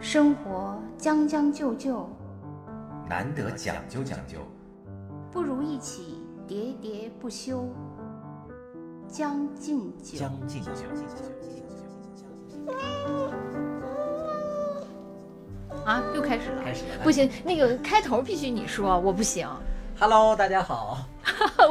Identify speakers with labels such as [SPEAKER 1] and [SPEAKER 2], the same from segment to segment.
[SPEAKER 1] 生活将将就就，
[SPEAKER 2] 难得讲究讲究，
[SPEAKER 1] 不如一起喋喋不休。将进酒，
[SPEAKER 2] 将进酒。
[SPEAKER 3] 啊，又开始了，
[SPEAKER 4] 开始了。
[SPEAKER 3] 不行，那个开头必须你说，我不行，
[SPEAKER 4] Hello，大家好，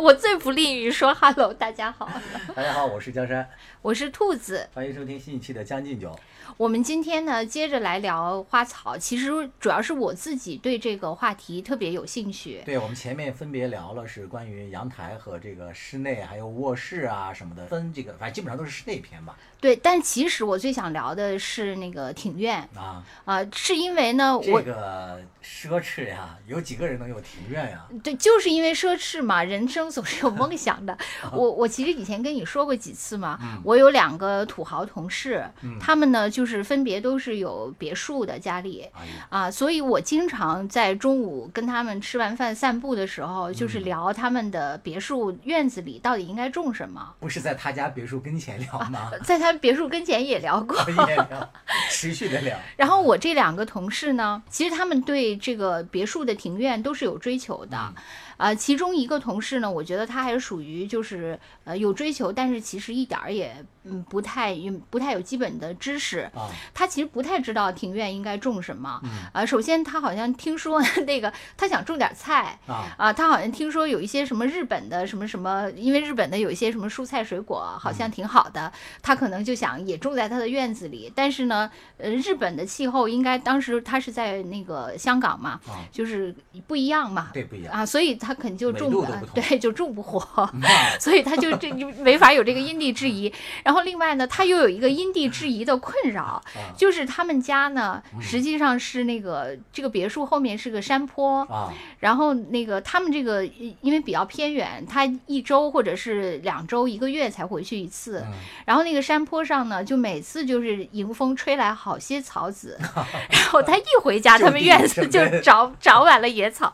[SPEAKER 3] 我最不利于说 “hello，大家好”。
[SPEAKER 4] 大家好，我是江山，
[SPEAKER 3] 我是兔子。
[SPEAKER 4] 欢迎收听新一期的《将进酒》。
[SPEAKER 3] 我们今天呢，接着来聊花草。其实主要是我自己对这个话题特别有兴趣。
[SPEAKER 4] 对我们前面分别聊了是关于阳台和这个室内，还有卧室啊什么的，分这个反正基本上都是室内篇吧。
[SPEAKER 3] 对，但其实我最想聊的是那个庭院
[SPEAKER 4] 啊，
[SPEAKER 3] 啊、是因为呢，
[SPEAKER 4] 这
[SPEAKER 3] 我
[SPEAKER 4] 个奢侈呀，有几个人能有庭院呀？
[SPEAKER 3] 对，就是因为奢侈嘛，人生总是有梦想的。我我其实以前跟你说过几次嘛，我有两个土豪同事，他们呢就是分别都是有别墅的家里，
[SPEAKER 4] 哎呀，
[SPEAKER 3] 啊，所以我经常在中午跟他们吃完饭散步的时候，就是聊他们的别墅院子里到底应该种什么。
[SPEAKER 4] 不是在他家别墅跟前聊 吗？
[SPEAKER 3] 在他别墅跟前也聊过，
[SPEAKER 4] 可以聊，持续的聊。
[SPEAKER 3] 然后我这两个同事呢，其实他们对这个别墅的庭院都是有追求的，呃，其中一个同事呢，我觉得他还是属于就是呃有追求，但是其实一点儿也嗯不太不太有基本的知识，
[SPEAKER 4] 啊，
[SPEAKER 3] 他其实不太知道庭院应该种什么。呃，首先他好像听说那个他想种点菜
[SPEAKER 4] 啊
[SPEAKER 3] 他好像听说有一些什么日本的什么什么，因为日本的有一些什么蔬菜水果啊好
[SPEAKER 4] 嗯
[SPEAKER 3] 像挺好的，他可能就想也种在他的院子里。但是呢，呃，日本的气候应该当时他是在那个香港嘛，
[SPEAKER 4] 啊
[SPEAKER 3] 就是不一样嘛。
[SPEAKER 4] 对，不一样。
[SPEAKER 3] 啊，所以他肯定就
[SPEAKER 4] 纬
[SPEAKER 3] 种
[SPEAKER 4] 度
[SPEAKER 3] 的
[SPEAKER 4] 都不同
[SPEAKER 3] 对，就种不活。
[SPEAKER 4] 啊
[SPEAKER 3] 所以他就这你没法有这个因地制宜。然后另外呢，他又有一个因地制宜的困
[SPEAKER 4] 啊
[SPEAKER 3] 扰，就是他们家呢
[SPEAKER 4] 嗯
[SPEAKER 3] 实际上是那个这个别墅后面是个山坡，
[SPEAKER 4] 啊，
[SPEAKER 3] 然后那个他们这个因为比较偏远，他一周或者是两周一个月才回去一次。
[SPEAKER 4] 嗯
[SPEAKER 3] 然后那个山坡上呢，就每次就是迎风吹来好些草籽，然后他一回家，
[SPEAKER 4] 就
[SPEAKER 3] 他们
[SPEAKER 4] 地
[SPEAKER 3] 院子
[SPEAKER 4] 生
[SPEAKER 3] 就
[SPEAKER 4] 根
[SPEAKER 3] 长长满了野草，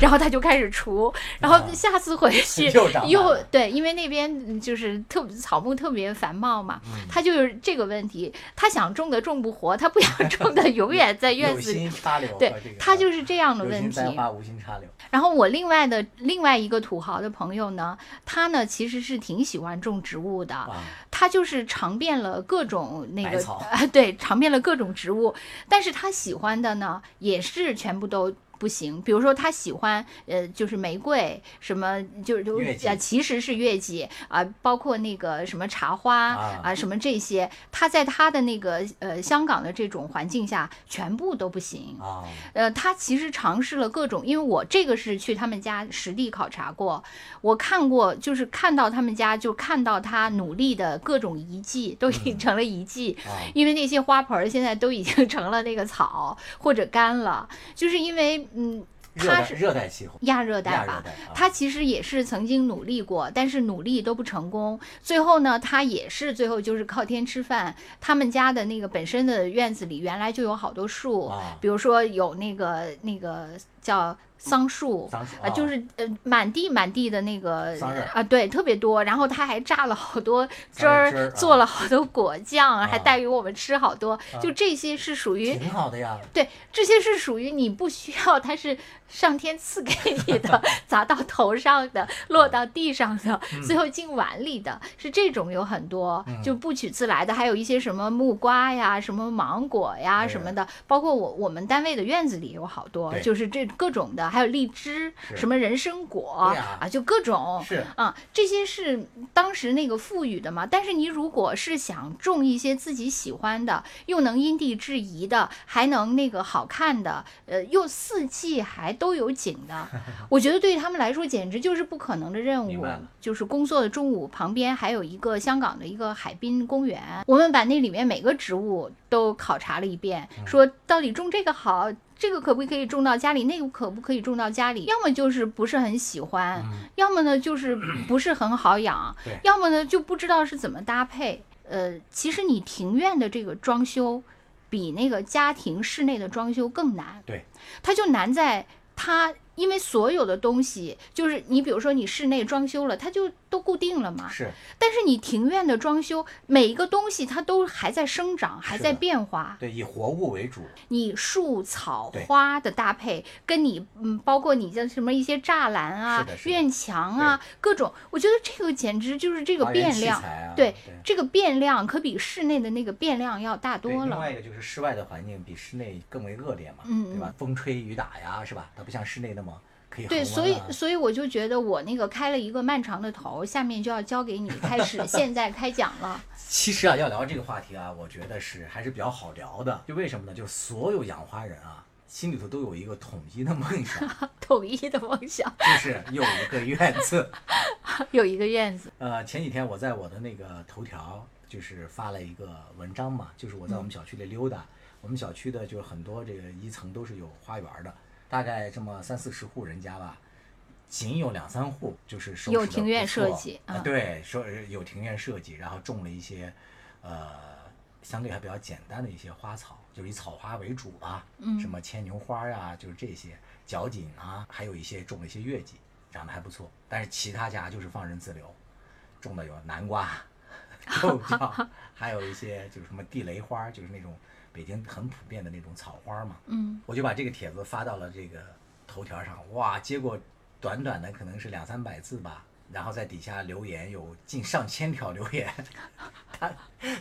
[SPEAKER 3] 然后他就开始除，然后
[SPEAKER 4] 啊
[SPEAKER 3] 下次 回去
[SPEAKER 4] 又长满
[SPEAKER 3] 又
[SPEAKER 4] 了
[SPEAKER 3] 对，因为那边嗯就是特草木特别繁茂嘛，
[SPEAKER 4] 嗯
[SPEAKER 3] 他就是这个问题，他想种的种不活，他不想 种的永远在院
[SPEAKER 4] 有
[SPEAKER 3] 子里。
[SPEAKER 4] 心插柳和
[SPEAKER 3] 对
[SPEAKER 4] 这个，
[SPEAKER 3] 他就是这样的
[SPEAKER 4] 有
[SPEAKER 3] 问
[SPEAKER 4] 心
[SPEAKER 3] 题。
[SPEAKER 4] 栽花，无心插柳。
[SPEAKER 3] 然后我另外的另外一个土豪的朋友呢，他呢其实是挺喜欢种植物的，
[SPEAKER 4] 啊
[SPEAKER 3] 他就是尝遍了各种那
[SPEAKER 4] 百
[SPEAKER 3] 个
[SPEAKER 4] 草
[SPEAKER 3] 啊， 对，尝遍了各种植物，但是他喜欢的呢也是全部都。不行，比如说他喜欢呃，就是玫瑰，什么就是就
[SPEAKER 4] 月季
[SPEAKER 3] 啊，其实是月季啊、包括那个什么茶花啊
[SPEAKER 4] 啊
[SPEAKER 3] 什么这些，他在他的那个呃香港的这种环境下，全部都不行。
[SPEAKER 4] 啊，
[SPEAKER 3] 呃，他其实尝试了各种，因为我这个是去他们家实地考察过，我看过，就是看到他们家，就看到他努力的各种遗迹都已经成了遗迹，
[SPEAKER 4] 啊
[SPEAKER 3] 因为那些花盆儿现在都已经 成了那个草或者干了，就是因为嗯，
[SPEAKER 4] 热带
[SPEAKER 3] 他是
[SPEAKER 4] 热带气候，
[SPEAKER 3] 亚热带
[SPEAKER 4] 亚
[SPEAKER 3] 吧，
[SPEAKER 4] 热带啊。
[SPEAKER 3] 他其实也是曾经努力过，但是努力都不成功。最后呢，他也是最后就是靠天吃饭。他们家的那个本身的院子里原来就有好多树，
[SPEAKER 4] 啊
[SPEAKER 3] 比如说有那个那个叫桑树。
[SPEAKER 4] 桑树
[SPEAKER 3] 啊，就是呃，满地满地的那个
[SPEAKER 4] 桑葚
[SPEAKER 3] 啊，对，特别多。然后他还榨了好多汁
[SPEAKER 4] 桑
[SPEAKER 3] 儿，
[SPEAKER 4] 葚汁儿啊
[SPEAKER 3] 做了好多果酱，还
[SPEAKER 4] 啊
[SPEAKER 3] 带给我们吃好多。就这些是属于
[SPEAKER 4] 挺好的呀。
[SPEAKER 3] 对，这些是属于你不需要，它是上天赐给你 的，砸到头上
[SPEAKER 4] 嗯
[SPEAKER 3] 的，落到地上的，最后进碗里的，是这种有很多，
[SPEAKER 4] 嗯
[SPEAKER 3] 就不取自来的，还有一些什么木瓜呀、什么芒果呀
[SPEAKER 4] 对
[SPEAKER 3] 什么的，包括我我们单位的院子里有好多，
[SPEAKER 4] 哎对
[SPEAKER 3] 就是这各种的，还有荔枝、
[SPEAKER 4] 是
[SPEAKER 3] 什么人参果
[SPEAKER 4] 对呀
[SPEAKER 3] 啊，就各种。
[SPEAKER 4] 是
[SPEAKER 3] 啊，这些是当时那个赋予的嘛。但是你如果是想种一些自己喜欢的，又能因地制宜的，还能那个好看的，呃，又四季还都有景的， 我觉得对于他们来说简直就是不可能的任
[SPEAKER 4] 明
[SPEAKER 3] 务
[SPEAKER 4] 白了。
[SPEAKER 3] 就是工作的中午旁边还有一个香港的一个海滨公园，我们把那里面每个植物都考察了一遍，
[SPEAKER 4] 嗯
[SPEAKER 3] 说到底种这个好。这个可不可以种到家里？那个可不可以种到家里？要么就是不是很喜欢，
[SPEAKER 4] 嗯
[SPEAKER 3] 要么呢就是不是很好养
[SPEAKER 4] 对，
[SPEAKER 3] 要么呢就不知道是怎么搭配。呃，其实你庭院的这个装修，比那个家庭室内的装修更难。
[SPEAKER 4] 对，
[SPEAKER 3] 它就难在它因为所有的东西就是你比如说你室内装修了，它就都固定了嘛。
[SPEAKER 4] 是
[SPEAKER 3] 但是你庭院的装修，每一个东西它都还在生长，还
[SPEAKER 4] 是
[SPEAKER 3] 在
[SPEAKER 4] 的
[SPEAKER 3] 变化。
[SPEAKER 4] 对以活物为主，
[SPEAKER 3] 你树草
[SPEAKER 4] 对
[SPEAKER 3] 花的搭配，跟你嗯，包括你像什么一些栅栏啊
[SPEAKER 4] 是的、是的
[SPEAKER 3] 院墙啊各种，我觉得这个简直就是这个
[SPEAKER 4] 花园
[SPEAKER 3] 变
[SPEAKER 4] 器
[SPEAKER 3] 量，
[SPEAKER 4] 材啊，
[SPEAKER 3] 对
[SPEAKER 4] 对。
[SPEAKER 3] 这个变量可比室内的那个变量要大
[SPEAKER 4] 对
[SPEAKER 3] 多
[SPEAKER 4] 另外
[SPEAKER 3] 了。
[SPEAKER 4] 一个就是室外的环境比室内更为恶劣嘛，
[SPEAKER 3] 嗯
[SPEAKER 4] 对吧？风吹雨打呀，是吧？它不像室内那么可以恒
[SPEAKER 3] 对，
[SPEAKER 4] 温
[SPEAKER 3] 所以
[SPEAKER 4] 啊
[SPEAKER 3] 所以我就觉得我那个开了一个漫长的头，下面就要交给你开 始现在开讲了。
[SPEAKER 4] 其实啊，要聊这个话题啊，我觉得是还是比较好聊的。就为什么呢？就是所有养花人啊，心里头都有一个统一的梦想，
[SPEAKER 3] 统一的梦想，
[SPEAKER 4] 就是有一个院子。
[SPEAKER 3] 有一个院子。
[SPEAKER 4] 呃，前几天我在我的那个头条就是发了一个文章嘛，就是我在
[SPEAKER 3] 嗯
[SPEAKER 4] 我们小区里溜达，我们小区的就是很多这个一层都是有花园的，大概这么三四十户人家吧。仅有两三户就是收拾
[SPEAKER 3] 有
[SPEAKER 4] 得
[SPEAKER 3] 庭
[SPEAKER 4] 不
[SPEAKER 3] 院设
[SPEAKER 4] 错
[SPEAKER 3] 计
[SPEAKER 4] 啊、
[SPEAKER 3] 嗯
[SPEAKER 4] 对，说有庭院设计，然后种了一些，呃，相对还比较简单的一些花草，就是以草花为主吧，嗯，什么牵牛花啊，就是这些角堇啊，还有一些种了一些月季，长得还不错，但是其他家就是放任自流，种的有南瓜、豆角，还有一些就是什么地雷花，就是那种北京很普遍的那种草花嘛。
[SPEAKER 3] 嗯，
[SPEAKER 4] 我就把这个帖子发到了这个头条上，哇，结果短短的可能是两三百字吧，然后在底下留言有近上千条留言， 大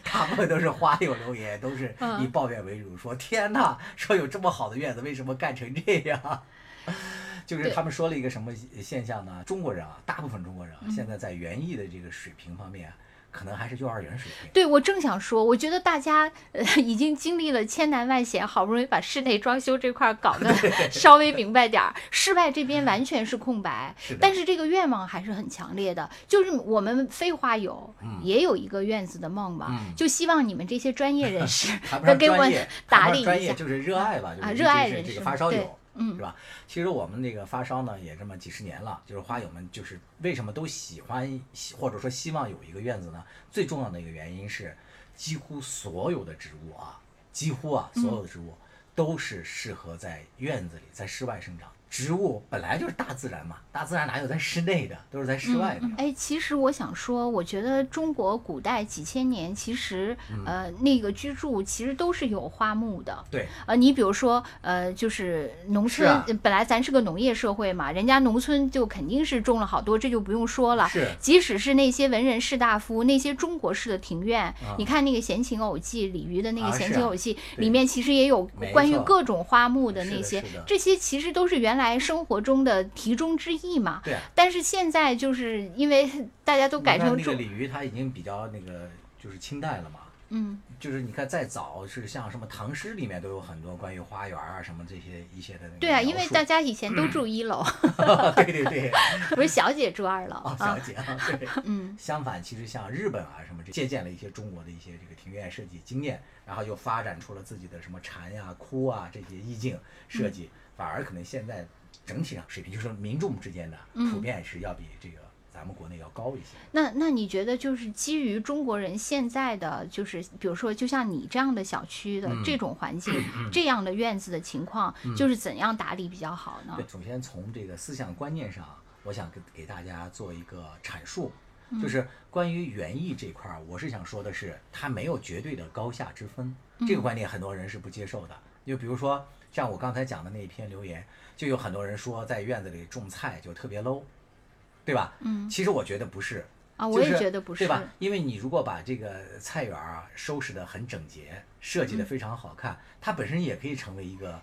[SPEAKER 4] 大部分都是花友留言，都是以抱怨为主，说天哪，说有这么好的院子，为什么干成这样？ 就是
[SPEAKER 3] 对
[SPEAKER 4] 他们说了一个什么现象呢？中国人啊，大部分中国人啊，现在在园艺的这个水平方面啊，可能还是幼儿园水平。
[SPEAKER 3] 对，我正想说，我觉得大家呃已经经历了千难万险，好不容易把室内装修这块儿搞得稍微明白点儿，室外这边完全是空白。
[SPEAKER 4] 是的
[SPEAKER 3] 但是这个愿望还是很强烈的，就是我们非花友、也有一个院子的梦吧，
[SPEAKER 4] 嗯
[SPEAKER 3] 就希望你们这些专业人士
[SPEAKER 4] 谈
[SPEAKER 3] 能
[SPEAKER 4] 不上
[SPEAKER 3] 给我
[SPEAKER 4] 专业，
[SPEAKER 3] 打
[SPEAKER 4] 谈不
[SPEAKER 3] 理
[SPEAKER 4] 上
[SPEAKER 3] 一
[SPEAKER 4] 专业
[SPEAKER 3] 下。
[SPEAKER 4] 就是热爱吧，就是
[SPEAKER 3] 啊
[SPEAKER 4] 一
[SPEAKER 3] 热
[SPEAKER 4] 直
[SPEAKER 3] 爱
[SPEAKER 4] 是
[SPEAKER 3] 人
[SPEAKER 4] 这
[SPEAKER 3] 士
[SPEAKER 4] 个
[SPEAKER 3] 嘛
[SPEAKER 4] 发烧
[SPEAKER 3] 对
[SPEAKER 4] 友，
[SPEAKER 3] 嗯
[SPEAKER 4] 是吧？其实我们那个发烧呢，也这么几十年了，就是花友们就是为什么都喜欢喜或者说希望有一个院子呢？最重要的一个原因是，几乎所有的植物啊，几乎啊所有的植物
[SPEAKER 3] 嗯
[SPEAKER 4] 都是适合在院子里，在室外生长。植物本来就是大自然嘛，大自然哪有在室内的，都是在室外的呀。
[SPEAKER 3] 哎，其实我想说，我觉得中国古代几千年，其实、
[SPEAKER 4] 嗯
[SPEAKER 3] 呃那个居住其实都是有花木的。
[SPEAKER 4] 对，
[SPEAKER 3] 呃，你比如说，呃，就是农
[SPEAKER 4] 是
[SPEAKER 3] 村、
[SPEAKER 4] 啊
[SPEAKER 3] 呃本来咱是个农业社会嘛，人家农村就肯定是种了好多，这就不用说了。
[SPEAKER 4] 是
[SPEAKER 3] 即使是那些文人士大夫，那些中国式的庭院，
[SPEAKER 4] 啊
[SPEAKER 3] 你看那个《闲情偶记》李渔的那个
[SPEAKER 4] 啊
[SPEAKER 3] 《闲
[SPEAKER 4] 是
[SPEAKER 3] 情
[SPEAKER 4] 啊
[SPEAKER 3] 偶记》
[SPEAKER 4] 对
[SPEAKER 3] 里面其实也有
[SPEAKER 4] 没
[SPEAKER 3] 关于
[SPEAKER 4] 错
[SPEAKER 3] 各种花木的
[SPEAKER 4] 是
[SPEAKER 3] 那
[SPEAKER 4] 的
[SPEAKER 3] 些
[SPEAKER 4] 是的
[SPEAKER 3] 这些其实都是原来生活中的题中之意嘛。
[SPEAKER 4] 对啊。
[SPEAKER 3] 但是现在就是因为大家都
[SPEAKER 4] 你
[SPEAKER 3] 改
[SPEAKER 4] 看
[SPEAKER 3] 成
[SPEAKER 4] 那个
[SPEAKER 3] 中，
[SPEAKER 4] 鲤鱼，它已经比较那个就是清代了嘛。
[SPEAKER 3] 嗯，
[SPEAKER 4] 就是你看再早是像什么唐诗里面都有很多关于花园啊什么这些一些的那个
[SPEAKER 3] 对啊，
[SPEAKER 4] 描
[SPEAKER 3] 因为
[SPEAKER 4] 述嗯
[SPEAKER 3] 大家以前都住一楼，
[SPEAKER 4] 对对对，
[SPEAKER 3] 不是小姐住二楼
[SPEAKER 4] 哦
[SPEAKER 3] 啊，
[SPEAKER 4] 小姐啊对。
[SPEAKER 3] 嗯。
[SPEAKER 4] 相反，其实像日本啊什么这借鉴了一些中国的一些这个庭院设计经验，然后又发展出了自己的什么禅呀、窟啊这些意境设计，
[SPEAKER 3] 嗯
[SPEAKER 4] 反而可能现在整体上水平就是民众之间的
[SPEAKER 3] 嗯
[SPEAKER 4] 普遍是要比这个咱们国内要高一些。
[SPEAKER 3] 那那你觉得就是基于中国人现在的就是，比如说就像你这样的小区
[SPEAKER 4] 嗯
[SPEAKER 3] 的这种环境、这样的院子的情况，就是怎样打理比较好呢
[SPEAKER 4] 对，？首先从这个思想观念上，我想给给大家做一个阐述，就是关于园艺这块儿，我是想说的是，它没有绝对的高下之分，这个观点很多人是不接受的。就比如说像我刚才讲的那一篇留言，就有很多人说在院子里种菜就特别 low，对吧？嗯，其实我觉得不是。
[SPEAKER 3] 啊，
[SPEAKER 4] 就
[SPEAKER 3] 我也觉得不
[SPEAKER 4] 对吧？因为你如果把这个菜园儿啊收拾得很整洁，设计得
[SPEAKER 3] 嗯
[SPEAKER 4] 非常好看，它本身也可以成为一个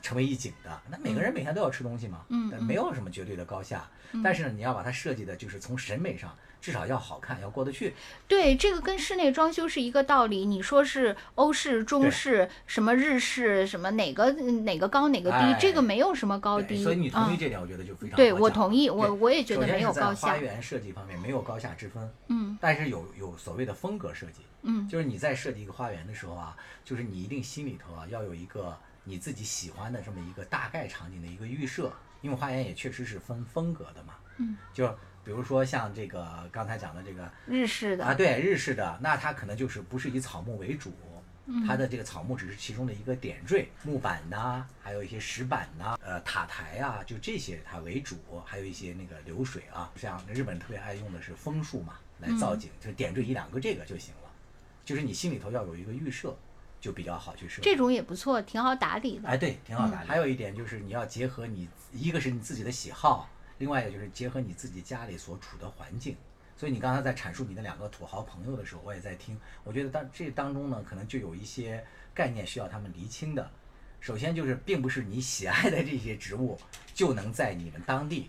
[SPEAKER 4] 成为一景的。那每个人每天都要吃东西嘛，
[SPEAKER 3] 嗯
[SPEAKER 4] 但没有什么绝对的高下。但是呢，你要把它设计的，就是从审美上至少要好看，要过得去。
[SPEAKER 3] 对，这个跟室内装修是一个道理。你说是欧式、中
[SPEAKER 4] 对
[SPEAKER 3] 式、什么日式、什么哪个哪个高哪个低，
[SPEAKER 4] 哎
[SPEAKER 3] 这个没有什么高
[SPEAKER 4] 对
[SPEAKER 3] 低。
[SPEAKER 4] 所以你同意
[SPEAKER 3] 嗯
[SPEAKER 4] 这点，我觉得就非常
[SPEAKER 3] 对
[SPEAKER 4] 好
[SPEAKER 3] 我
[SPEAKER 4] 讲
[SPEAKER 3] 同意，我
[SPEAKER 4] 对
[SPEAKER 3] 我也觉得
[SPEAKER 4] 首先
[SPEAKER 3] 没
[SPEAKER 4] 是
[SPEAKER 3] 有
[SPEAKER 4] 在
[SPEAKER 3] 高
[SPEAKER 4] 花
[SPEAKER 3] 下。
[SPEAKER 4] 园设计方面没有高下之分，
[SPEAKER 3] 嗯，
[SPEAKER 4] 但是有有所谓的风格设计，
[SPEAKER 3] 嗯，
[SPEAKER 4] 就是你在设计一个花园的时候啊，就是你一定心里头啊要有一个你自己喜欢的这么一个大概场景的一个预设，因为花园也确实是分风格的嘛，
[SPEAKER 3] 嗯，
[SPEAKER 4] 就比如说像这个刚才讲的这个
[SPEAKER 3] 日式的
[SPEAKER 4] 哎啊，对日式的，那它可能就是不是以草木为主，
[SPEAKER 3] 嗯
[SPEAKER 4] 它的这个草木只是其中的一个点缀，木板呐、还有一些石板呐、呃塔台啊，就这些它为主，还有一些那个流水啊，像日本人特别爱用的是枫树嘛，来
[SPEAKER 3] 嗯
[SPEAKER 4] 造景，就点缀一两个这个就行了，就是你心里头要有一个预设，就比较好去设计。
[SPEAKER 3] 这种也不错，挺好打理的。
[SPEAKER 4] 哎，对，挺好
[SPEAKER 3] 嗯
[SPEAKER 4] 打理。还有一点就是你要结合你，一个是你自己的喜好，另外一个就是结合你自己家里所处的环境。所以你刚才在阐述你的两个土豪朋友的时候，我也在听。我觉得当这当中呢，可能就有一些概念需要他们厘清的。首先就是，并不是你喜爱的这些植物就能在你们当地，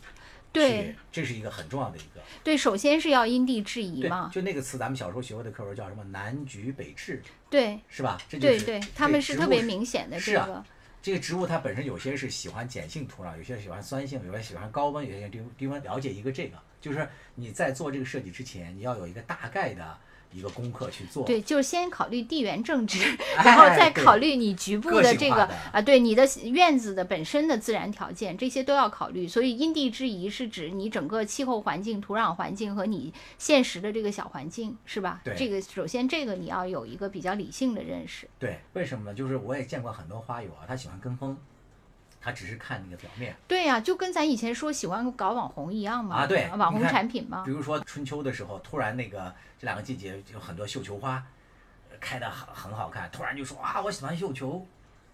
[SPEAKER 3] 对，
[SPEAKER 4] 这是一个很重要的一个。
[SPEAKER 3] 对，首先是要因地制宜
[SPEAKER 4] 对
[SPEAKER 3] 嘛，。
[SPEAKER 4] 就那个词，咱们小时候学过的课文叫什么“南橘北枳”，
[SPEAKER 3] 对，
[SPEAKER 4] 是吧？这就
[SPEAKER 3] 对
[SPEAKER 4] 是
[SPEAKER 3] 对，他们是
[SPEAKER 4] 植
[SPEAKER 3] 特
[SPEAKER 4] 物
[SPEAKER 3] 别
[SPEAKER 4] 是
[SPEAKER 3] 明显的这
[SPEAKER 4] 是啊
[SPEAKER 3] 个。
[SPEAKER 4] 这个植物它本身有些是喜欢碱性土壤，有些喜欢酸性，有些喜欢高温，有些地地方了解一个这个，就是你在做这个设计之前，你要有一个大概的一个功课去做。
[SPEAKER 3] 对，就是先考虑地缘政治，
[SPEAKER 4] 哎
[SPEAKER 3] 然后再考
[SPEAKER 4] 对
[SPEAKER 3] 虑你局部
[SPEAKER 4] 个
[SPEAKER 3] 的
[SPEAKER 4] 性
[SPEAKER 3] 这
[SPEAKER 4] 化
[SPEAKER 3] 个
[SPEAKER 4] 的
[SPEAKER 3] 啊，对你的院子的本身的自然条件，这些都要考虑。所以因地制宜是指你整个气候环境、土壤环境和你现实的这个小环境，是吧？
[SPEAKER 4] 对
[SPEAKER 3] 这个首先这个你要有一个比较理性的认识。
[SPEAKER 4] 对为什么呢？就是我也见过很多花友啊，他喜欢跟风，他只是看那个表面。
[SPEAKER 3] 对呀、就跟咱以前说喜欢搞网红一样嘛，
[SPEAKER 4] 啊对
[SPEAKER 3] 网
[SPEAKER 4] 你
[SPEAKER 3] 红
[SPEAKER 4] 看
[SPEAKER 3] 产品嘛
[SPEAKER 4] 比，如说春秋的时候，突然那个这两个季节有很多绣球花，呃开得很很好看，突然就说啊，我喜欢绣球，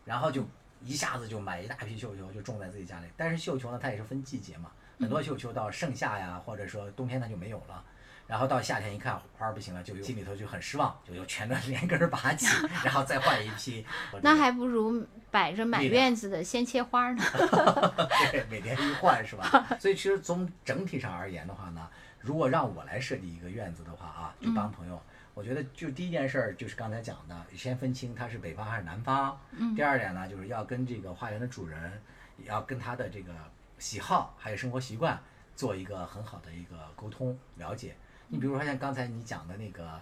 [SPEAKER 4] 然后就一下子就买一大批绣球，就种在自己家里。但是绣球呢，它也是分季节嘛，很多绣球到盛夏呀，或者说冬天它就没有了。然后到夏天一看花儿不行了，就又心里头就很失望，就又全都 连根儿拔起，然后再换一批。
[SPEAKER 3] 那还不如摆着满
[SPEAKER 4] 力量
[SPEAKER 3] 院子的鲜切花呢。
[SPEAKER 4] 对，每年一换是吧？所以其实从整体上而言的话呢，如果让我来设计一个院子的话啊，就帮朋友，我觉得就第一件事儿就是刚才讲的，先分清它是北方还是南方。第二点呢，就是要跟这个花园的主人，也要跟他的这个喜好还有生活习惯做一个很好的一个沟通了解。你比如说像刚才你讲的那个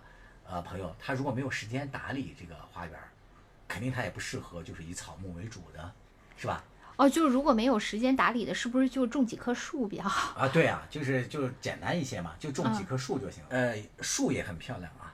[SPEAKER 4] 呃朋友，他如果没有时间打理这个花园儿，肯定他也不适合就是以草木为主的，是吧？
[SPEAKER 3] 哦，就是如果没有时间打理的，是不是就种几棵树比较 好？
[SPEAKER 4] 啊，对啊，就是就是简单一些嘛，就种几棵树就行了。呃，树也很漂亮啊，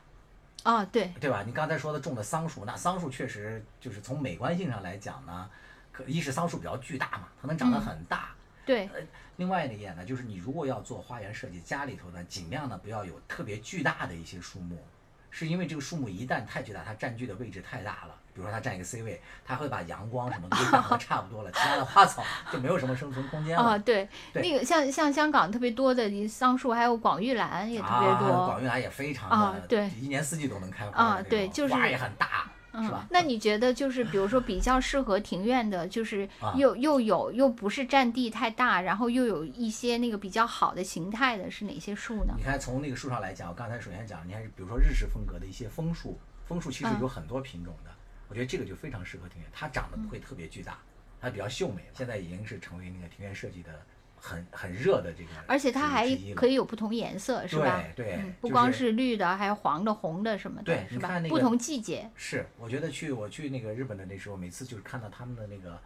[SPEAKER 3] 哦，对，
[SPEAKER 4] 对吧？你刚才说的种的桑树，那桑树确实就是从美观性上来讲呢，可一是桑树比较巨大嘛，它能长得很大。
[SPEAKER 3] 对，
[SPEAKER 4] 另外一点呢，就是你如果要做花园设计，家里头呢尽量呢不要有特别巨大的一些树木，是因为这个树木一旦太巨大，它占据的位置太大了。比如说它占一个 C 位，它会把阳光什么都挡得差不多了，其他的花草就没有什么生存空间了。
[SPEAKER 3] 啊、对，
[SPEAKER 4] 对
[SPEAKER 3] 那个像像香港特别多的桑树，还有广玉兰也特别多。
[SPEAKER 4] 啊、广玉兰也非常的、
[SPEAKER 3] 啊对
[SPEAKER 4] 一年四季都能开花的
[SPEAKER 3] 啊
[SPEAKER 4] 那种
[SPEAKER 3] 对就是
[SPEAKER 4] 花也很大，是
[SPEAKER 3] 嗯
[SPEAKER 4] 吧，？
[SPEAKER 3] 那你觉得就是比如说比较适合庭院的，就是
[SPEAKER 4] 啊
[SPEAKER 3] 又、又有又不是占地太大，然后又有一些那个比较好的形态的是哪些树呢？
[SPEAKER 4] 你看从那个树上来讲，我刚才首先讲，你看比如说日式风格的一些枫树，枫树其实
[SPEAKER 3] 嗯
[SPEAKER 4] 有很多品种的，我觉得这个就非常适合庭院，它长得
[SPEAKER 3] 嗯
[SPEAKER 4] 不会特别巨大，它比较秀美，现在已经是成为那个庭院设计的很很热的这个，
[SPEAKER 3] 而且它还可
[SPEAKER 4] 以
[SPEAKER 3] 以有不同颜色，是
[SPEAKER 4] 对
[SPEAKER 3] 吧？
[SPEAKER 4] 对
[SPEAKER 3] 嗯，不
[SPEAKER 4] 就是
[SPEAKER 3] 光是绿的，还有黄的、红的什么的，
[SPEAKER 4] 对
[SPEAKER 3] 是
[SPEAKER 4] 你
[SPEAKER 3] 吧？
[SPEAKER 4] 看那
[SPEAKER 3] 不
[SPEAKER 4] 个
[SPEAKER 3] 同季节，
[SPEAKER 4] 是，我觉得去我去那个日本的那时候，每次就是看到他们的那个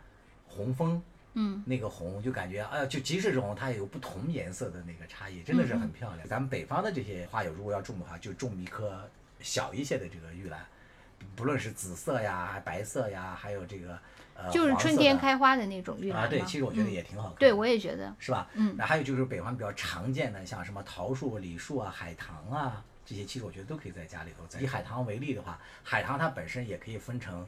[SPEAKER 4] 红枫，
[SPEAKER 3] 嗯，
[SPEAKER 4] 那个红就感觉，哎、呀，就即使红，它也有不同颜色的那个差异，真的是
[SPEAKER 3] 嗯
[SPEAKER 4] 很漂亮。咱们北方的这些花友，如果要种的话，就种一棵小一些的这个玉兰，不论是紫色呀、白色呀，还有这个呃，
[SPEAKER 3] 就是
[SPEAKER 4] 黄
[SPEAKER 3] 春
[SPEAKER 4] 色
[SPEAKER 3] 天
[SPEAKER 4] 的
[SPEAKER 3] 开花的那种玉兰
[SPEAKER 4] 啊，对，
[SPEAKER 3] 吗
[SPEAKER 4] 其实我觉得
[SPEAKER 3] 嗯
[SPEAKER 4] 也挺好看的。
[SPEAKER 3] 对，我也觉得，
[SPEAKER 4] 是吧？
[SPEAKER 3] 嗯
[SPEAKER 4] 那还有就是北方比较常见的，像什么桃树、李树啊、海棠啊这些，其实我觉得都可以在家里头栽。以海棠为例的话，海棠它本身也可以分成，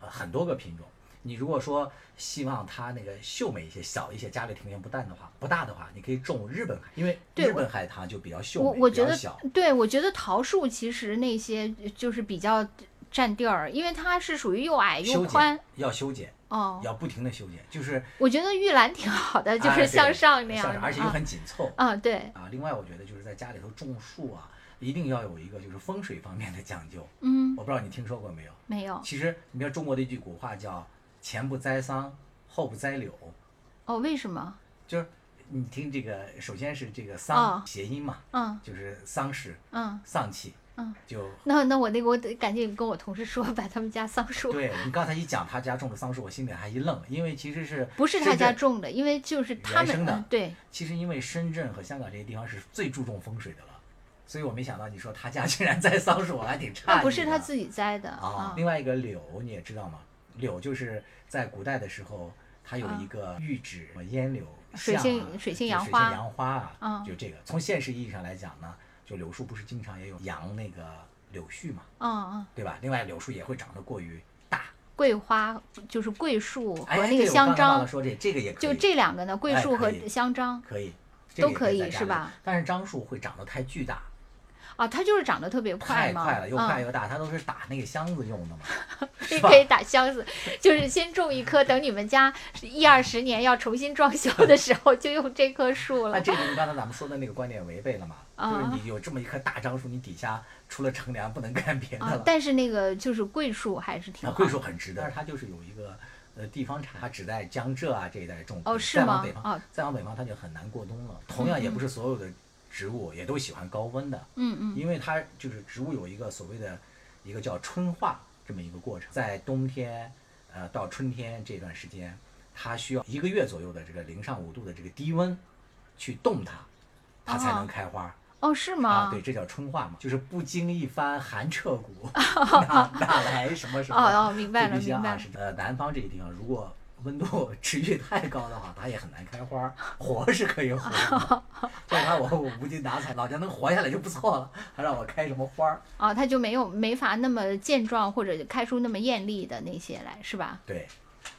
[SPEAKER 4] 呃，很多个品种。你如果说希望它那个秀美一些、小一些，家里庭院不淡的话，不大的话，你可以种日本海，因为
[SPEAKER 3] 对
[SPEAKER 4] 日本海棠就比较秀美，
[SPEAKER 3] 我我
[SPEAKER 4] 比
[SPEAKER 3] 觉
[SPEAKER 4] 较
[SPEAKER 3] 得
[SPEAKER 4] 小。，
[SPEAKER 3] 对我觉得桃树其实那些就是比较占地儿，因为它是属于又矮又
[SPEAKER 4] 修
[SPEAKER 3] 宽
[SPEAKER 4] 剪要修剪，
[SPEAKER 3] 哦。
[SPEAKER 4] 要不停的修剪，就是
[SPEAKER 3] 我觉得玉兰挺好的，就
[SPEAKER 4] 哎
[SPEAKER 3] 是
[SPEAKER 4] 对
[SPEAKER 3] 向上那样
[SPEAKER 4] 向
[SPEAKER 3] 的，
[SPEAKER 4] 上而且又很紧凑。
[SPEAKER 3] 啊啊，对，
[SPEAKER 4] 啊，另外我觉得就是在家里头种树啊，一定要有一个就是风水方面的讲究。
[SPEAKER 3] 嗯，
[SPEAKER 4] 我不知道你听说过没有？
[SPEAKER 3] 没有
[SPEAKER 4] 其实你知道中国的一句古话叫“前不栽桑，后不栽柳
[SPEAKER 3] 哦，为什么？”，
[SPEAKER 4] 就是你听这个，首先是这个
[SPEAKER 3] 哦
[SPEAKER 4] 桑谐音嘛，
[SPEAKER 3] 嗯
[SPEAKER 4] 就是丧事、
[SPEAKER 3] 嗯，
[SPEAKER 4] 丧气，
[SPEAKER 3] 嗯，
[SPEAKER 4] 就
[SPEAKER 3] 那那我那个我得赶紧跟我同事说，把他们家桑树
[SPEAKER 4] 对你刚才一讲他家种的桑树，我心里还一愣，因为其实是
[SPEAKER 3] 不是他
[SPEAKER 4] 深
[SPEAKER 3] 家
[SPEAKER 4] 圳，
[SPEAKER 3] 种的，因为就是他
[SPEAKER 4] 原
[SPEAKER 3] 们
[SPEAKER 4] 生的
[SPEAKER 3] 嗯对
[SPEAKER 4] 其实因为深圳和香港这些地方是最注重风水的了，所以我没想到你说他家 竟然栽桑树，我还挺诧异
[SPEAKER 3] 那
[SPEAKER 4] 的。
[SPEAKER 3] 不是他自己栽的
[SPEAKER 4] 啊
[SPEAKER 3] 啊，
[SPEAKER 4] 另外一个柳你也知道嘛，柳就是在古代的时候，它有一个喻指什么烟柳、
[SPEAKER 3] 啊水
[SPEAKER 4] 象啊
[SPEAKER 3] 性水性杨
[SPEAKER 4] 就
[SPEAKER 3] 花
[SPEAKER 4] 水性杨花啊
[SPEAKER 3] 嗯，
[SPEAKER 4] 就这个。从现实意义上来讲呢，就柳树不是经常也有杨那个柳絮嘛，
[SPEAKER 3] 嗯嗯，
[SPEAKER 4] 对吧？另外柳树也会长得过于大，
[SPEAKER 3] 桂花就是桂树和
[SPEAKER 4] 哎，
[SPEAKER 3] 那个
[SPEAKER 4] 对
[SPEAKER 3] 香
[SPEAKER 4] 我刚才忘
[SPEAKER 3] 樟
[SPEAKER 4] 了，说这这个也可以
[SPEAKER 3] 就这两个呢，桂
[SPEAKER 4] 哎
[SPEAKER 3] 树和
[SPEAKER 4] 可以
[SPEAKER 3] 香樟
[SPEAKER 4] 可以。这个
[SPEAKER 3] 都可以
[SPEAKER 4] 也在家
[SPEAKER 3] 是
[SPEAKER 4] 里
[SPEAKER 3] 吧？
[SPEAKER 4] 但是樟树会长得太巨大，
[SPEAKER 3] 啊，它就是长得特别
[SPEAKER 4] 太
[SPEAKER 3] 嘛，
[SPEAKER 4] 快了，又快
[SPEAKER 3] 嗯，
[SPEAKER 4] 又大，它都是打那个箱子用的嘛。
[SPEAKER 3] 所以
[SPEAKER 4] 吧
[SPEAKER 3] 嗯 可以打箱子，就是先种一棵，等你们家一二十年要重新装修的时候，就用这棵树
[SPEAKER 4] 那
[SPEAKER 3] 了。
[SPEAKER 4] 这跟刚才咱们说的那个观点违背了嘛？就是
[SPEAKER 3] 啊
[SPEAKER 4] 你有这么一棵大樟树，你底下除了乘凉不能干别的
[SPEAKER 3] 啊
[SPEAKER 4] 了，。
[SPEAKER 3] 但是那个就是桂树还是挺
[SPEAKER 4] 那
[SPEAKER 3] 好。
[SPEAKER 4] 桂树很值得，但是它就是有一个呃地方产，它只在江浙啊这一带种。
[SPEAKER 3] 哦是
[SPEAKER 4] 再往
[SPEAKER 3] 吗嗯
[SPEAKER 4] 北方，
[SPEAKER 3] 哦
[SPEAKER 4] 再往北方它就很难过冬了。同样也不是所有的植物也都喜欢高温的，
[SPEAKER 3] 嗯嗯
[SPEAKER 4] 因为它就是植物有一个所谓的一个叫春化这么一个过程，在冬天呃到春天这段时间，它需要一个月左右的这个零上五度的这个低温去冻它，它才能
[SPEAKER 3] 哦
[SPEAKER 4] 开花。
[SPEAKER 3] 哦是
[SPEAKER 4] 啊，
[SPEAKER 3] 吗
[SPEAKER 4] 对，？这叫春化嘛，就是不经一番寒彻骨， 哪哪来什么什
[SPEAKER 3] 哦
[SPEAKER 4] 么？
[SPEAKER 3] 哦，明白
[SPEAKER 4] 这
[SPEAKER 3] 了
[SPEAKER 4] 必须
[SPEAKER 3] 明白
[SPEAKER 4] 啊，
[SPEAKER 3] 了
[SPEAKER 4] 是。呃，南方这个地方如果温度 持续太高的话，它也很难开花儿，活是可以 活的，这把我我无精打采，老娘能活下来就不错了，还让我开什么花儿？
[SPEAKER 3] 啊，它就没有没法那么健壮或者开出那么艳丽的那些来，是吧？
[SPEAKER 4] 对，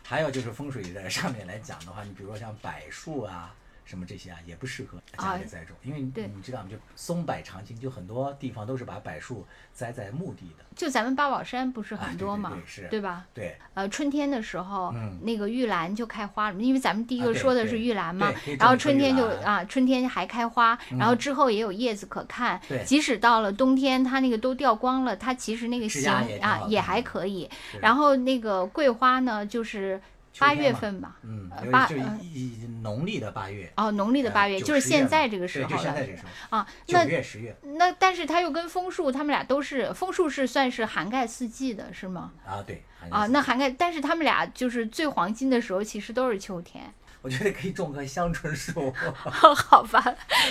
[SPEAKER 4] 还有就是风水在上面来讲的话，你比如说像柏树啊。什么这些啊，也不适合家里
[SPEAKER 3] 哎
[SPEAKER 4] 栽种，因为你
[SPEAKER 3] 对
[SPEAKER 4] 你知道吗？就松柏长青，就很多地方都是把柏树栽在墓地的。
[SPEAKER 3] 就咱们八宝山不是
[SPEAKER 4] 啊
[SPEAKER 3] 很
[SPEAKER 4] 对
[SPEAKER 3] 多
[SPEAKER 4] 对
[SPEAKER 3] 嘛，
[SPEAKER 4] 对是
[SPEAKER 3] 吧？
[SPEAKER 4] 对，
[SPEAKER 3] 呃，春天的时候，
[SPEAKER 4] 嗯
[SPEAKER 3] 那个玉兰就开花了，因为咱们第一
[SPEAKER 4] 啊
[SPEAKER 3] 个
[SPEAKER 4] 对
[SPEAKER 3] 说的
[SPEAKER 4] 对
[SPEAKER 3] 是玉兰嘛，
[SPEAKER 4] 对可以
[SPEAKER 3] 然后
[SPEAKER 4] 种
[SPEAKER 3] 春
[SPEAKER 4] 一棵
[SPEAKER 3] 天就
[SPEAKER 4] 玉兰嗯
[SPEAKER 3] 啊，春天还开花，然后之后也有叶子可看。
[SPEAKER 4] 对
[SPEAKER 3] 即使到了冬天，它那个都掉光了，它其实那个
[SPEAKER 4] 枝
[SPEAKER 3] 形
[SPEAKER 4] 桠也挺
[SPEAKER 3] 啊
[SPEAKER 4] 好
[SPEAKER 3] 也
[SPEAKER 4] 看
[SPEAKER 3] 还
[SPEAKER 4] 的嗯
[SPEAKER 3] 可以。
[SPEAKER 4] 对
[SPEAKER 3] 然后那个桂花呢，就是
[SPEAKER 4] 秋
[SPEAKER 3] 八
[SPEAKER 4] 天
[SPEAKER 3] 月
[SPEAKER 4] 嘛
[SPEAKER 3] 份吧，
[SPEAKER 4] 嗯
[SPEAKER 3] 呃，
[SPEAKER 4] 尤
[SPEAKER 3] 八
[SPEAKER 4] 其就
[SPEAKER 3] 呃
[SPEAKER 4] 一一农历的八月，
[SPEAKER 3] 哦，农历的
[SPEAKER 4] 呃
[SPEAKER 3] 八月，
[SPEAKER 4] 九
[SPEAKER 3] 就是
[SPEAKER 4] 十月
[SPEAKER 3] 现
[SPEAKER 4] 嘛
[SPEAKER 3] 在这个时
[SPEAKER 4] 对，
[SPEAKER 3] 候
[SPEAKER 4] 就
[SPEAKER 3] 了
[SPEAKER 4] 现在这个时候，
[SPEAKER 3] 啊。那
[SPEAKER 4] 九月、十月
[SPEAKER 3] 那但是它又跟枫树，它们俩都是枫树是算是涵盖四季的，是吗？
[SPEAKER 4] 啊，对寒假
[SPEAKER 3] 啊，
[SPEAKER 4] 四
[SPEAKER 3] 那
[SPEAKER 4] 季
[SPEAKER 3] 涵盖，但是它们俩就是最黄金的时候，其实都是秋 天，
[SPEAKER 4] 我觉得可以种棵香椿树，
[SPEAKER 3] 好吧？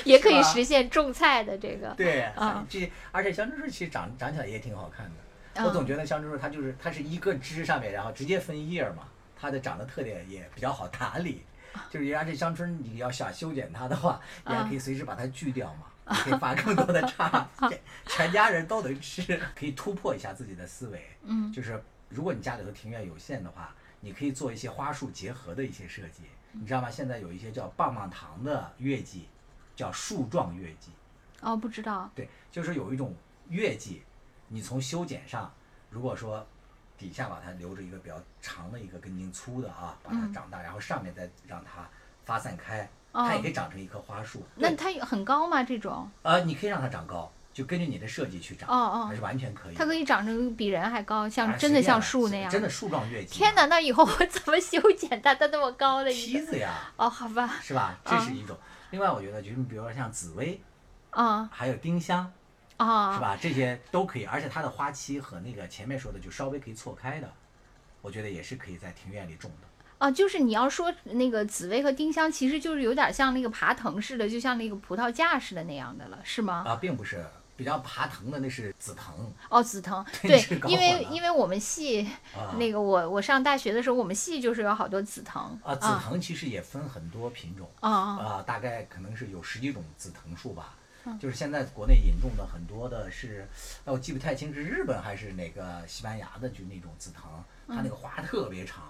[SPEAKER 3] 也可以
[SPEAKER 4] 吧
[SPEAKER 3] 实现种菜的这个，
[SPEAKER 4] 对，
[SPEAKER 3] 啊
[SPEAKER 4] 这而且香椿树其实长长起来也挺好看的。我
[SPEAKER 3] 嗯
[SPEAKER 4] 总觉得香椿树它就是它是一个枝上面，然后直接分叶儿嘛，它的长得特点也比较好打理。
[SPEAKER 3] 啊
[SPEAKER 4] 就是而且香椿你要想修剪它的话，你还可以随时把它锯掉嘛，你可以发更多 的杈，这全家人都能吃，可以突破一下自己的思维。
[SPEAKER 3] 嗯，
[SPEAKER 4] 就是如果你家里头庭院有限的话，你可以做一些花树结合的一些设计，你知道吗？现在有一些叫棒棒糖的月季，叫树状月季，
[SPEAKER 3] 哦，不知道，
[SPEAKER 4] 对，就是有一种月季，你从修剪上，如果说底下把它留着一个比较长的一个根茎粗的啊，把它
[SPEAKER 3] 嗯
[SPEAKER 4] 长大，然后上面再让它发散开，
[SPEAKER 3] 哦
[SPEAKER 4] 它也可以长成一棵花树。
[SPEAKER 3] 那它有很高吗？这种，
[SPEAKER 4] 呃，你可以让它长高，就根据你的设计去长，
[SPEAKER 3] 哦哦
[SPEAKER 4] 还是完全可以的。
[SPEAKER 3] 它可以长成比人还高，
[SPEAKER 4] 哎
[SPEAKER 3] 像
[SPEAKER 4] 随
[SPEAKER 3] 真的
[SPEAKER 4] 便
[SPEAKER 3] 像
[SPEAKER 4] 了
[SPEAKER 3] 树
[SPEAKER 4] 随
[SPEAKER 3] 那样。
[SPEAKER 4] 真的树状月季。
[SPEAKER 3] 天哪，！那以后我怎么修剪它？它那么高的一
[SPEAKER 4] 梯
[SPEAKER 3] 个，嗯
[SPEAKER 4] 子呀，
[SPEAKER 3] 哦，好吧，
[SPEAKER 4] 是吧？这是一种。另外，我觉得就是你比如说像紫薇，
[SPEAKER 3] 啊
[SPEAKER 4] 还有丁香，
[SPEAKER 3] 啊，
[SPEAKER 4] 是？吧？这些都可以，而且它的花期和那个前面说的就稍微可以错开的，我觉得也是可以在庭院里种的。
[SPEAKER 3] 啊，就是你要说那个紫薇和丁香，其实就是有点像那个爬藤似的，就像那个葡萄架似的那样的了，是吗？
[SPEAKER 4] 啊，并不是比较爬藤的，那是紫藤
[SPEAKER 3] 哦，紫 藤，
[SPEAKER 4] 真
[SPEAKER 3] 对
[SPEAKER 4] 是，搞
[SPEAKER 3] 因为
[SPEAKER 4] 混了
[SPEAKER 3] 因为我们系
[SPEAKER 4] 啊。
[SPEAKER 3] 那个我我上大学的时候，我们系就是有好多紫藤
[SPEAKER 4] 啊，紫
[SPEAKER 3] 啊
[SPEAKER 4] 藤其实也分很多品种
[SPEAKER 3] 啊啊嗯
[SPEAKER 4] 啊，大概可能是有十几种紫藤树吧。就是现在国内引种的很多的是，哎，我记不太清是日本还是哪个西班牙的，就那种紫藤，它那
[SPEAKER 3] 嗯
[SPEAKER 4] 个花特别长，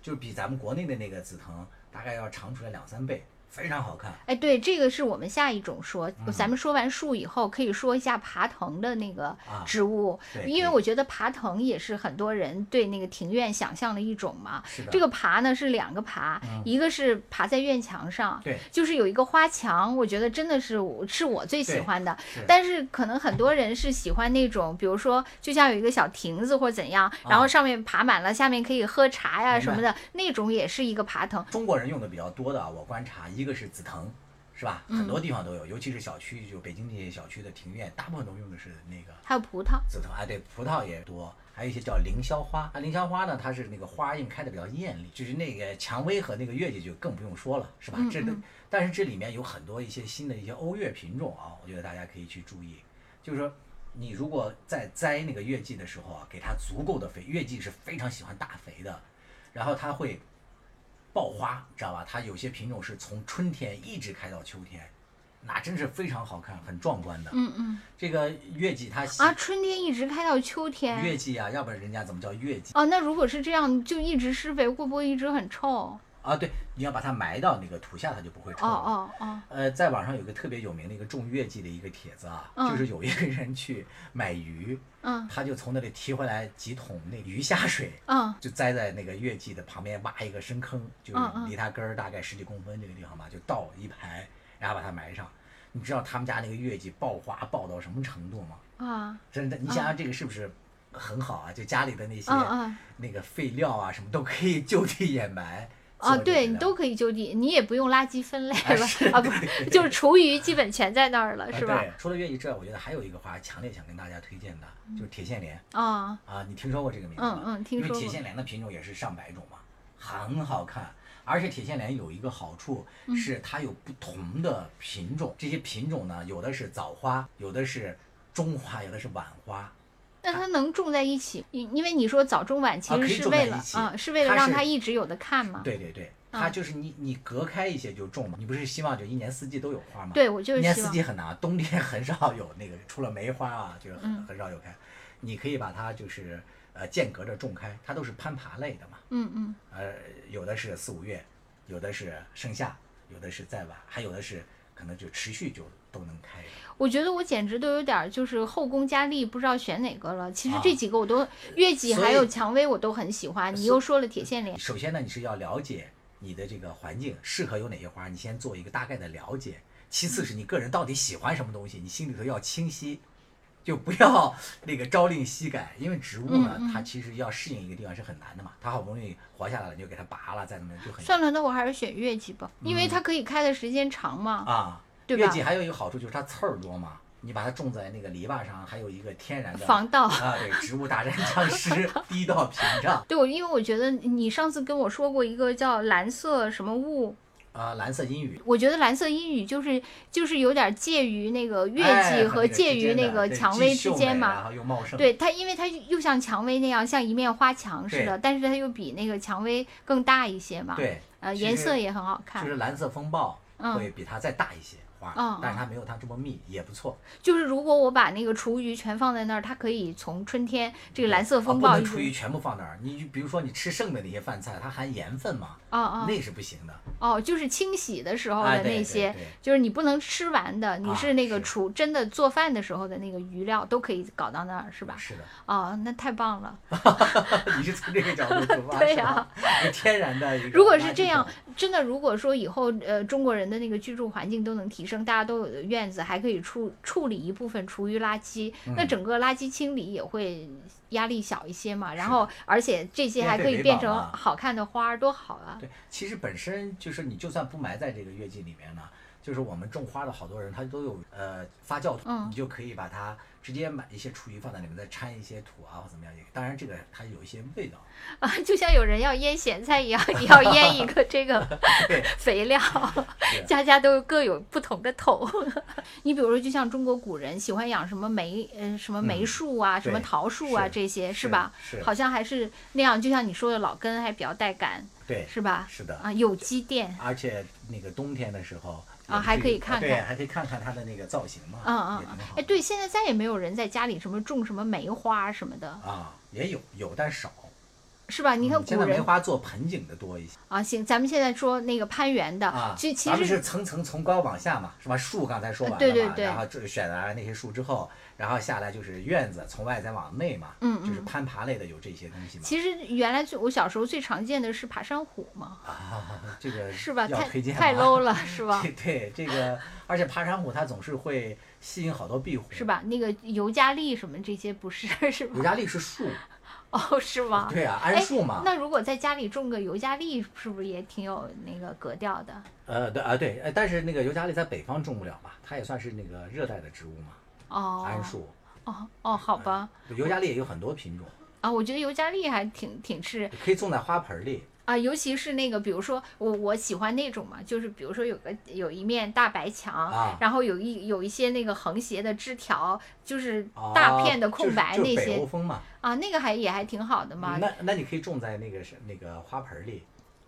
[SPEAKER 4] 就是比咱们国内的那个紫藤大概要长出来两三倍，非常好看。
[SPEAKER 3] 哎，对，这个是我们下一种说。
[SPEAKER 4] 嗯
[SPEAKER 3] 咱们说完树以后，可以说一下爬藤的那个
[SPEAKER 4] 啊
[SPEAKER 3] 植物，
[SPEAKER 4] 对
[SPEAKER 3] 因
[SPEAKER 4] 可以
[SPEAKER 3] 为我觉得爬藤也是很多人对那个庭院想象的一种嘛。
[SPEAKER 4] 是的嗯
[SPEAKER 3] 这个爬呢是两个爬，一个是爬在院墙上，
[SPEAKER 4] 对
[SPEAKER 3] 就是有一个花墙，我觉得真的是我是我最喜
[SPEAKER 4] 对
[SPEAKER 3] 欢的。
[SPEAKER 4] 是
[SPEAKER 3] 但是可能很多人是喜欢那种，比如说就像有一个小亭子或怎样，然后上面爬满了，下面可以喝茶呀
[SPEAKER 4] 啊明
[SPEAKER 3] 什么的，那种也是一个爬藤。
[SPEAKER 4] 中国人用的比较多的啊，我观察一个是紫藤，是吧？很多地方都有，尤其是小区，就北京这些小区的庭院，大部分都用的是那个
[SPEAKER 3] 还有葡萄，
[SPEAKER 4] 紫藤。哎，对，葡萄也多，还还有一些叫凌霄花。那凌霄花呢，它是那个花印开的比较艳丽，就是那个蔷薇和那个月季就更不用说了，是吧？这个，但是这里面有很多一些新的一些欧月品种啊，我觉得大家可以去注意，就是说。你如果在栽那个月季的时候啊，给它足够的肥，月季是非常喜欢大肥的，然后它会爆花，知道吧？它有些品种是从春天一直开到秋天，那真是非常好看，很壮观的。
[SPEAKER 3] 嗯嗯
[SPEAKER 4] 这个月季它喜
[SPEAKER 3] 啊，春天一直开到秋
[SPEAKER 4] 月
[SPEAKER 3] 天。
[SPEAKER 4] 季啊，要不然人家怎么叫月季
[SPEAKER 3] 哦，那如果是这样，就一直施肥，会不会一直很臭？
[SPEAKER 4] 啊？对，你要把它埋到那个土下，它就不会臭
[SPEAKER 3] 哦
[SPEAKER 4] 了。
[SPEAKER 3] 哦哦，
[SPEAKER 4] 呃，在网上有个特别有名的一个种月季的一个帖子啊，
[SPEAKER 3] 嗯
[SPEAKER 4] 就是有一个人去买鱼，
[SPEAKER 3] 嗯
[SPEAKER 4] 他就从那里提回来几桶那鱼虾水，
[SPEAKER 3] 嗯
[SPEAKER 4] 就栽在那个月季的旁边，挖一个深坑，就
[SPEAKER 3] 嗯
[SPEAKER 4] 是
[SPEAKER 3] 嗯
[SPEAKER 4] 离它根儿大概十几公分这个地方吧，就倒一排，然后把它埋上。你知道他们家那个月季爆花爆到什么程度吗？
[SPEAKER 3] 啊
[SPEAKER 4] 真的，你想想这个是不是很好啊？就家里的那些
[SPEAKER 3] 嗯嗯
[SPEAKER 4] 那个废料啊，什么都可以就地掩埋。
[SPEAKER 3] 啊，
[SPEAKER 4] 做这
[SPEAKER 3] 对你
[SPEAKER 4] 个料
[SPEAKER 3] 都可以就地，你也不用垃圾分类
[SPEAKER 4] 哎
[SPEAKER 3] 了
[SPEAKER 4] 是
[SPEAKER 3] 啊，不 是，就是厨余基本全在那儿了，
[SPEAKER 4] 啊
[SPEAKER 3] 是吧
[SPEAKER 4] 对？，除了月季之外，我觉得还有一个花强烈想跟大家推荐的，就是铁线莲
[SPEAKER 3] 啊，
[SPEAKER 4] 啊，你听说过这个名字
[SPEAKER 3] 嗯
[SPEAKER 4] 吗？
[SPEAKER 3] 嗯听
[SPEAKER 4] 因
[SPEAKER 3] 说
[SPEAKER 4] 为铁
[SPEAKER 3] 过
[SPEAKER 4] 线莲的品种也是上百种嘛，很好看。而且铁线莲有一个好处
[SPEAKER 3] 嗯
[SPEAKER 4] 是它有不同的品种，这些品种呢，有的是早花，有的是中花，有的是晚花。
[SPEAKER 3] 那它能种在一起，因因为你说早中晚其
[SPEAKER 4] 啊
[SPEAKER 3] 实
[SPEAKER 4] 可以
[SPEAKER 3] 是
[SPEAKER 4] 种在
[SPEAKER 3] 为
[SPEAKER 4] 一
[SPEAKER 3] 了
[SPEAKER 4] 起
[SPEAKER 3] 啊，是为了
[SPEAKER 4] 它
[SPEAKER 3] 让
[SPEAKER 4] 是
[SPEAKER 3] 它一直有的看嘛。
[SPEAKER 4] 对对对，
[SPEAKER 3] 嗯
[SPEAKER 4] 它就是你你隔开一些就种嘛，你不是希望就一年四季都有花吗？
[SPEAKER 3] 对，我就
[SPEAKER 4] 一
[SPEAKER 3] 是
[SPEAKER 4] 年
[SPEAKER 3] 希
[SPEAKER 4] 四
[SPEAKER 3] 望
[SPEAKER 4] 季很难，啊冬天很少有那个，除了梅花啊，就是很、
[SPEAKER 3] 嗯
[SPEAKER 4] 很少有开。你可以把它就是呃间隔着种开，它都是攀爬类的嘛，
[SPEAKER 3] 嗯嗯
[SPEAKER 4] 呃，有的是四五月，有的是盛夏，有的是再晚，还有的是可能就持续就都能开的。
[SPEAKER 3] 我觉得我简直都有点儿就是后宫佳丽，不知道选哪个了。其实这
[SPEAKER 4] 啊
[SPEAKER 3] 几个我都，月季
[SPEAKER 4] 所
[SPEAKER 3] 还有
[SPEAKER 4] 以嗯
[SPEAKER 3] 蔷薇我都很喜欢。你又说了铁线莲，
[SPEAKER 4] 首先呢，你是要了解你的这个环境适合有哪些花，你先做一个大概的了解。其次是你个人到底喜欢什么东西，你心里头要清晰，就不要 那个朝令夕改，因为植物呢，
[SPEAKER 3] 嗯嗯
[SPEAKER 4] 它其实要适应一个地方是很难的嘛。它好不容易活下来了，你就给它拔了，再怎么就很
[SPEAKER 3] 算了，那我还是选月季吧，因为它可以开的时间长嘛，
[SPEAKER 4] 嗯啊。
[SPEAKER 3] 对
[SPEAKER 4] 月
[SPEAKER 3] 吧？
[SPEAKER 4] 季还有一个好处就是它刺儿多嘛，你把它种在那个篱笆上，还有一个天然的
[SPEAKER 3] 防盗
[SPEAKER 4] 啊，对，植物大战僵尸，第一道屏障
[SPEAKER 3] 对，我因为我觉得你上次跟我说过一个叫蓝色什么雾，
[SPEAKER 4] 啊，蓝色阴雨
[SPEAKER 3] 我觉得蓝色阴雨就是就是有点介于那个月
[SPEAKER 4] 哎
[SPEAKER 3] 季
[SPEAKER 4] 和
[SPEAKER 3] 和
[SPEAKER 4] 那个
[SPEAKER 3] 介
[SPEAKER 4] 之
[SPEAKER 3] 于
[SPEAKER 4] 间
[SPEAKER 3] 那
[SPEAKER 4] 的
[SPEAKER 3] 个
[SPEAKER 4] 对
[SPEAKER 3] 蔷
[SPEAKER 4] 既
[SPEAKER 3] 薇之
[SPEAKER 4] 秀
[SPEAKER 3] 间
[SPEAKER 4] 美啊
[SPEAKER 3] 嘛。
[SPEAKER 4] 然后又茂盛。
[SPEAKER 3] 对它，因为它又像蔷薇那样，像一面花墙似的，但是它又比那个蔷薇更大一些嘛。，
[SPEAKER 4] 对，
[SPEAKER 3] 呃，
[SPEAKER 4] 其
[SPEAKER 3] 颜
[SPEAKER 4] 实
[SPEAKER 3] 色也很好看。
[SPEAKER 4] 就是蓝色风暴
[SPEAKER 3] 嗯
[SPEAKER 4] 会比它再大一些花，
[SPEAKER 3] 嗯
[SPEAKER 4] 但是它没有它这么密，也不错。
[SPEAKER 3] 就是如果我把那个厨余全放在那儿，它可以从春天这个蓝色风
[SPEAKER 4] 啊
[SPEAKER 3] 暴
[SPEAKER 4] 不
[SPEAKER 3] 一
[SPEAKER 4] 能厨余
[SPEAKER 3] 直。
[SPEAKER 4] 全部放那儿，你比如说你吃剩的那些饭菜，它含盐分嘛，
[SPEAKER 3] 哦哦
[SPEAKER 4] 那是不行的。
[SPEAKER 3] 哦，就是清洗的时候
[SPEAKER 4] 哎
[SPEAKER 3] 的哦
[SPEAKER 4] 对
[SPEAKER 3] 那
[SPEAKER 4] 对
[SPEAKER 3] 些
[SPEAKER 4] 对，
[SPEAKER 3] 就是你不能吃完的，你
[SPEAKER 4] 啊
[SPEAKER 3] 是那个
[SPEAKER 4] 是
[SPEAKER 3] 厨真的做饭的时候的那个余料都可以搞到那儿，是吧？
[SPEAKER 4] 是的，
[SPEAKER 3] 哦，那太棒了。
[SPEAKER 4] 你是从这个角度出 发，
[SPEAKER 3] 对啊
[SPEAKER 4] 是吧一个天然的一个垃 圾桶。
[SPEAKER 3] 如果是这样，真的，如果说以后呃中国人的那个居住环境都能提升，大家都有院子，还可以处处理一部分厨余垃圾，那
[SPEAKER 4] 嗯
[SPEAKER 3] 整个垃圾清理也会压力小一些嘛。然后，而且这些还
[SPEAKER 4] 面对
[SPEAKER 3] 可以
[SPEAKER 4] 围
[SPEAKER 3] 变
[SPEAKER 4] 挡
[SPEAKER 3] 成
[SPEAKER 4] 嘛
[SPEAKER 3] 好看的花儿，多好啊！
[SPEAKER 4] 对，其实本身就是你就算不埋在这个月季里面呢，就是我们种花的好多人，他都有呃发酵土，
[SPEAKER 3] 嗯
[SPEAKER 4] 你就可以把它直接买一些厨余放在里面，再掺一些土啊或怎么样也。当然这个它有一些味道，
[SPEAKER 3] 啊， 就像有人要腌咸菜一样，你要腌一个这个
[SPEAKER 4] 对
[SPEAKER 3] 肥料，家家都各有不同的桶。 你比如说，就像中国古人喜欢养什么梅，呃，什么梅
[SPEAKER 4] 嗯
[SPEAKER 3] 树啊，什么
[SPEAKER 4] 对
[SPEAKER 3] 桃树啊，
[SPEAKER 4] 是
[SPEAKER 3] 这些
[SPEAKER 4] 是
[SPEAKER 3] 吧？
[SPEAKER 4] 是
[SPEAKER 3] 好像还是那样，就像你说的，老根还比较带感，
[SPEAKER 4] 对，
[SPEAKER 3] 是吧？
[SPEAKER 4] 是的
[SPEAKER 3] 啊，有机店，
[SPEAKER 4] 而且那个冬天的时候
[SPEAKER 3] 啊
[SPEAKER 4] 也
[SPEAKER 3] 还可以
[SPEAKER 4] 啊
[SPEAKER 3] 看
[SPEAKER 4] 对，
[SPEAKER 3] 看
[SPEAKER 4] 还可以看看它的那个造型嘛，
[SPEAKER 3] 嗯嗯
[SPEAKER 4] 也
[SPEAKER 3] 嗯
[SPEAKER 4] 挺好，
[SPEAKER 3] 哎，
[SPEAKER 4] 的。
[SPEAKER 3] 对，现在再也没有人在家里什么种什么梅花什么的，
[SPEAKER 4] 啊，也有有，但少。
[SPEAKER 3] 是吧？你看
[SPEAKER 4] 嗯现
[SPEAKER 3] 古
[SPEAKER 4] 在梅
[SPEAKER 3] 人
[SPEAKER 4] 花做盆景的多一些
[SPEAKER 3] 啊，行，咱们现在说那个攀援的
[SPEAKER 4] 啊，，
[SPEAKER 3] 其其
[SPEAKER 4] 咱们
[SPEAKER 3] 实
[SPEAKER 4] 是层层从高往下嘛，是吧？树刚才说完了嘛，
[SPEAKER 3] 对对对
[SPEAKER 4] 然后就选了那些树之后，然后下来就是院子，从外再往内嘛，
[SPEAKER 3] 嗯
[SPEAKER 4] 就是
[SPEAKER 3] 嗯
[SPEAKER 4] 攀爬类的有这些东西嘛。
[SPEAKER 3] 其实原来最我小时候最常见的是爬山虎嘛，
[SPEAKER 4] 啊，这个
[SPEAKER 3] 是吧？
[SPEAKER 4] 要
[SPEAKER 3] 太
[SPEAKER 4] 推荐
[SPEAKER 3] 太
[SPEAKER 4] 吗
[SPEAKER 3] low 了，是吧
[SPEAKER 4] 对？对，这个而且爬山虎它总是会吸引好多壁虎，
[SPEAKER 3] 是？吧？那个尤加利什么这些不是是
[SPEAKER 4] 尤
[SPEAKER 3] 吧？
[SPEAKER 4] 加利是树，
[SPEAKER 3] 哦，是吗？
[SPEAKER 4] 对啊，
[SPEAKER 3] 哎
[SPEAKER 4] 桉树嘛。
[SPEAKER 3] 那如果在家里种个尤加利，是不是也挺有那个格调的？
[SPEAKER 4] 呃，对啊，对，呃但是那个尤加利在北方种不了嘛，它也算是那个热带的植物嘛，
[SPEAKER 3] 哦，
[SPEAKER 4] 桉树。
[SPEAKER 3] 哦哦，好吧，
[SPEAKER 4] 尤加利也有很多品种，
[SPEAKER 3] 啊，我觉得尤加利还挺挺是
[SPEAKER 4] 可以种在花盆里。
[SPEAKER 3] 啊，尤其是那个，比如说我我喜欢那种嘛，就是比如说有个有一面大白墙，
[SPEAKER 4] 啊
[SPEAKER 3] 然后有一有一些那个横斜的枝条，就是大片的
[SPEAKER 4] 哦
[SPEAKER 3] 空白
[SPEAKER 4] 就是
[SPEAKER 3] 那
[SPEAKER 4] 就是北
[SPEAKER 3] 些
[SPEAKER 4] 欧风嘛，
[SPEAKER 3] 啊，那个还也还挺好的嘛。
[SPEAKER 4] 那那你可以种在那个是那个花盆里，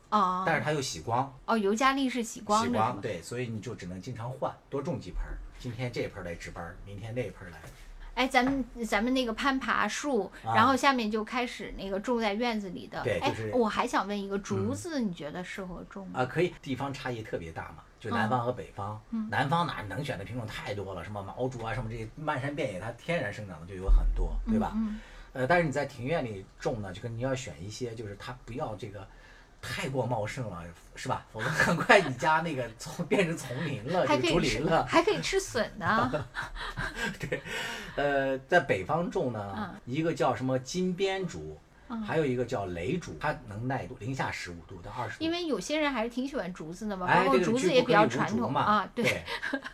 [SPEAKER 3] 啊
[SPEAKER 4] 但是它又喜光，
[SPEAKER 3] 哦，尤加利是喜光
[SPEAKER 4] 喜
[SPEAKER 3] 的是
[SPEAKER 4] 光
[SPEAKER 3] 吗？
[SPEAKER 4] 对，所以你就只能经常换，多种几盆儿。今天这盆儿来值班儿，明天那盆儿来。
[SPEAKER 3] 哎，咱们咱们那个攀爬树，然
[SPEAKER 4] 啊
[SPEAKER 3] 后下面就开始那个种在院子里的。
[SPEAKER 4] 对
[SPEAKER 3] 哎
[SPEAKER 4] 就是，嗯
[SPEAKER 3] 我还想问一个，竹子你觉得适合种吗？
[SPEAKER 4] 啊，可以，地方差异特别大嘛，就
[SPEAKER 3] 嗯
[SPEAKER 4] 南方和北方。南方哪能选的品种太多了，什么毛竹啊，什么这些漫山遍野它天然生长的就有很多，对吧？
[SPEAKER 3] 嗯
[SPEAKER 4] 呃，但是你在庭院里种呢，就跟你要选一些，就是它不要这个。太过茂盛了，是吧？否则很快你家那个丛变成丛林了，
[SPEAKER 3] 还
[SPEAKER 4] 这
[SPEAKER 3] 可
[SPEAKER 4] 个竹
[SPEAKER 3] 以吃
[SPEAKER 4] 林，了。
[SPEAKER 3] 还可以吃笋 呢。
[SPEAKER 4] 呃，在北方种呢，
[SPEAKER 3] 嗯
[SPEAKER 4] 一个叫什么金边竹，
[SPEAKER 3] 嗯
[SPEAKER 4] 还有一个叫雷竹，它能耐零下十五度到二十度。
[SPEAKER 3] 因为有些人还是挺喜欢竹子的嘛，
[SPEAKER 4] 哎，
[SPEAKER 3] 包括
[SPEAKER 4] 这个
[SPEAKER 3] 竹
[SPEAKER 4] 就
[SPEAKER 3] 子
[SPEAKER 4] 不
[SPEAKER 3] 也
[SPEAKER 4] 可
[SPEAKER 3] 比
[SPEAKER 4] 以
[SPEAKER 3] 较
[SPEAKER 4] 无
[SPEAKER 3] 传
[SPEAKER 4] 竹
[SPEAKER 3] 统
[SPEAKER 4] 嘛
[SPEAKER 3] 啊，
[SPEAKER 4] 对，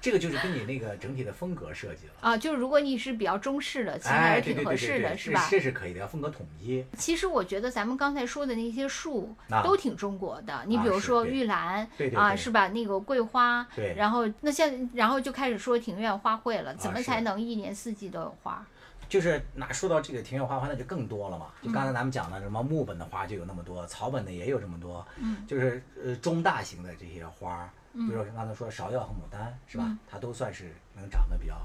[SPEAKER 4] 这个就是跟你那个整体的风格设计了。
[SPEAKER 3] 啊，就是如果你是比较中式 的，其实还
[SPEAKER 4] 哎，
[SPEAKER 3] 是
[SPEAKER 4] 对
[SPEAKER 3] 挺
[SPEAKER 4] 对
[SPEAKER 3] 合
[SPEAKER 4] 对
[SPEAKER 3] 适
[SPEAKER 4] 对
[SPEAKER 3] 的，
[SPEAKER 4] 对，
[SPEAKER 3] 是
[SPEAKER 4] 这
[SPEAKER 3] 吧？
[SPEAKER 4] 这是可以的，要风格统一。
[SPEAKER 3] 其实我觉得咱们刚才说的那些树
[SPEAKER 4] 啊
[SPEAKER 3] 都挺中国的，你
[SPEAKER 4] 啊
[SPEAKER 3] 比如
[SPEAKER 4] 是
[SPEAKER 3] 说
[SPEAKER 4] 对
[SPEAKER 3] 玉兰
[SPEAKER 4] 对对
[SPEAKER 3] 啊，
[SPEAKER 4] 对
[SPEAKER 3] 是吧？那个桂花，
[SPEAKER 4] 对
[SPEAKER 3] 然后那现然后就开始说庭院花卉了，怎
[SPEAKER 4] 啊
[SPEAKER 3] 么
[SPEAKER 4] 是
[SPEAKER 3] 才能一年四季都有花？
[SPEAKER 4] 就是那说到这个庭院花卉，那就更多了嘛。
[SPEAKER 3] 嗯
[SPEAKER 4] 就刚才咱们讲的什么木本的花就有那么多，草本的也有这么多，
[SPEAKER 3] 嗯
[SPEAKER 4] 就是呃中大型的这些花儿，比
[SPEAKER 3] 嗯
[SPEAKER 4] 如说刚才说芍药和牡丹是吧？
[SPEAKER 3] 嗯
[SPEAKER 4] 它都算是能长得比较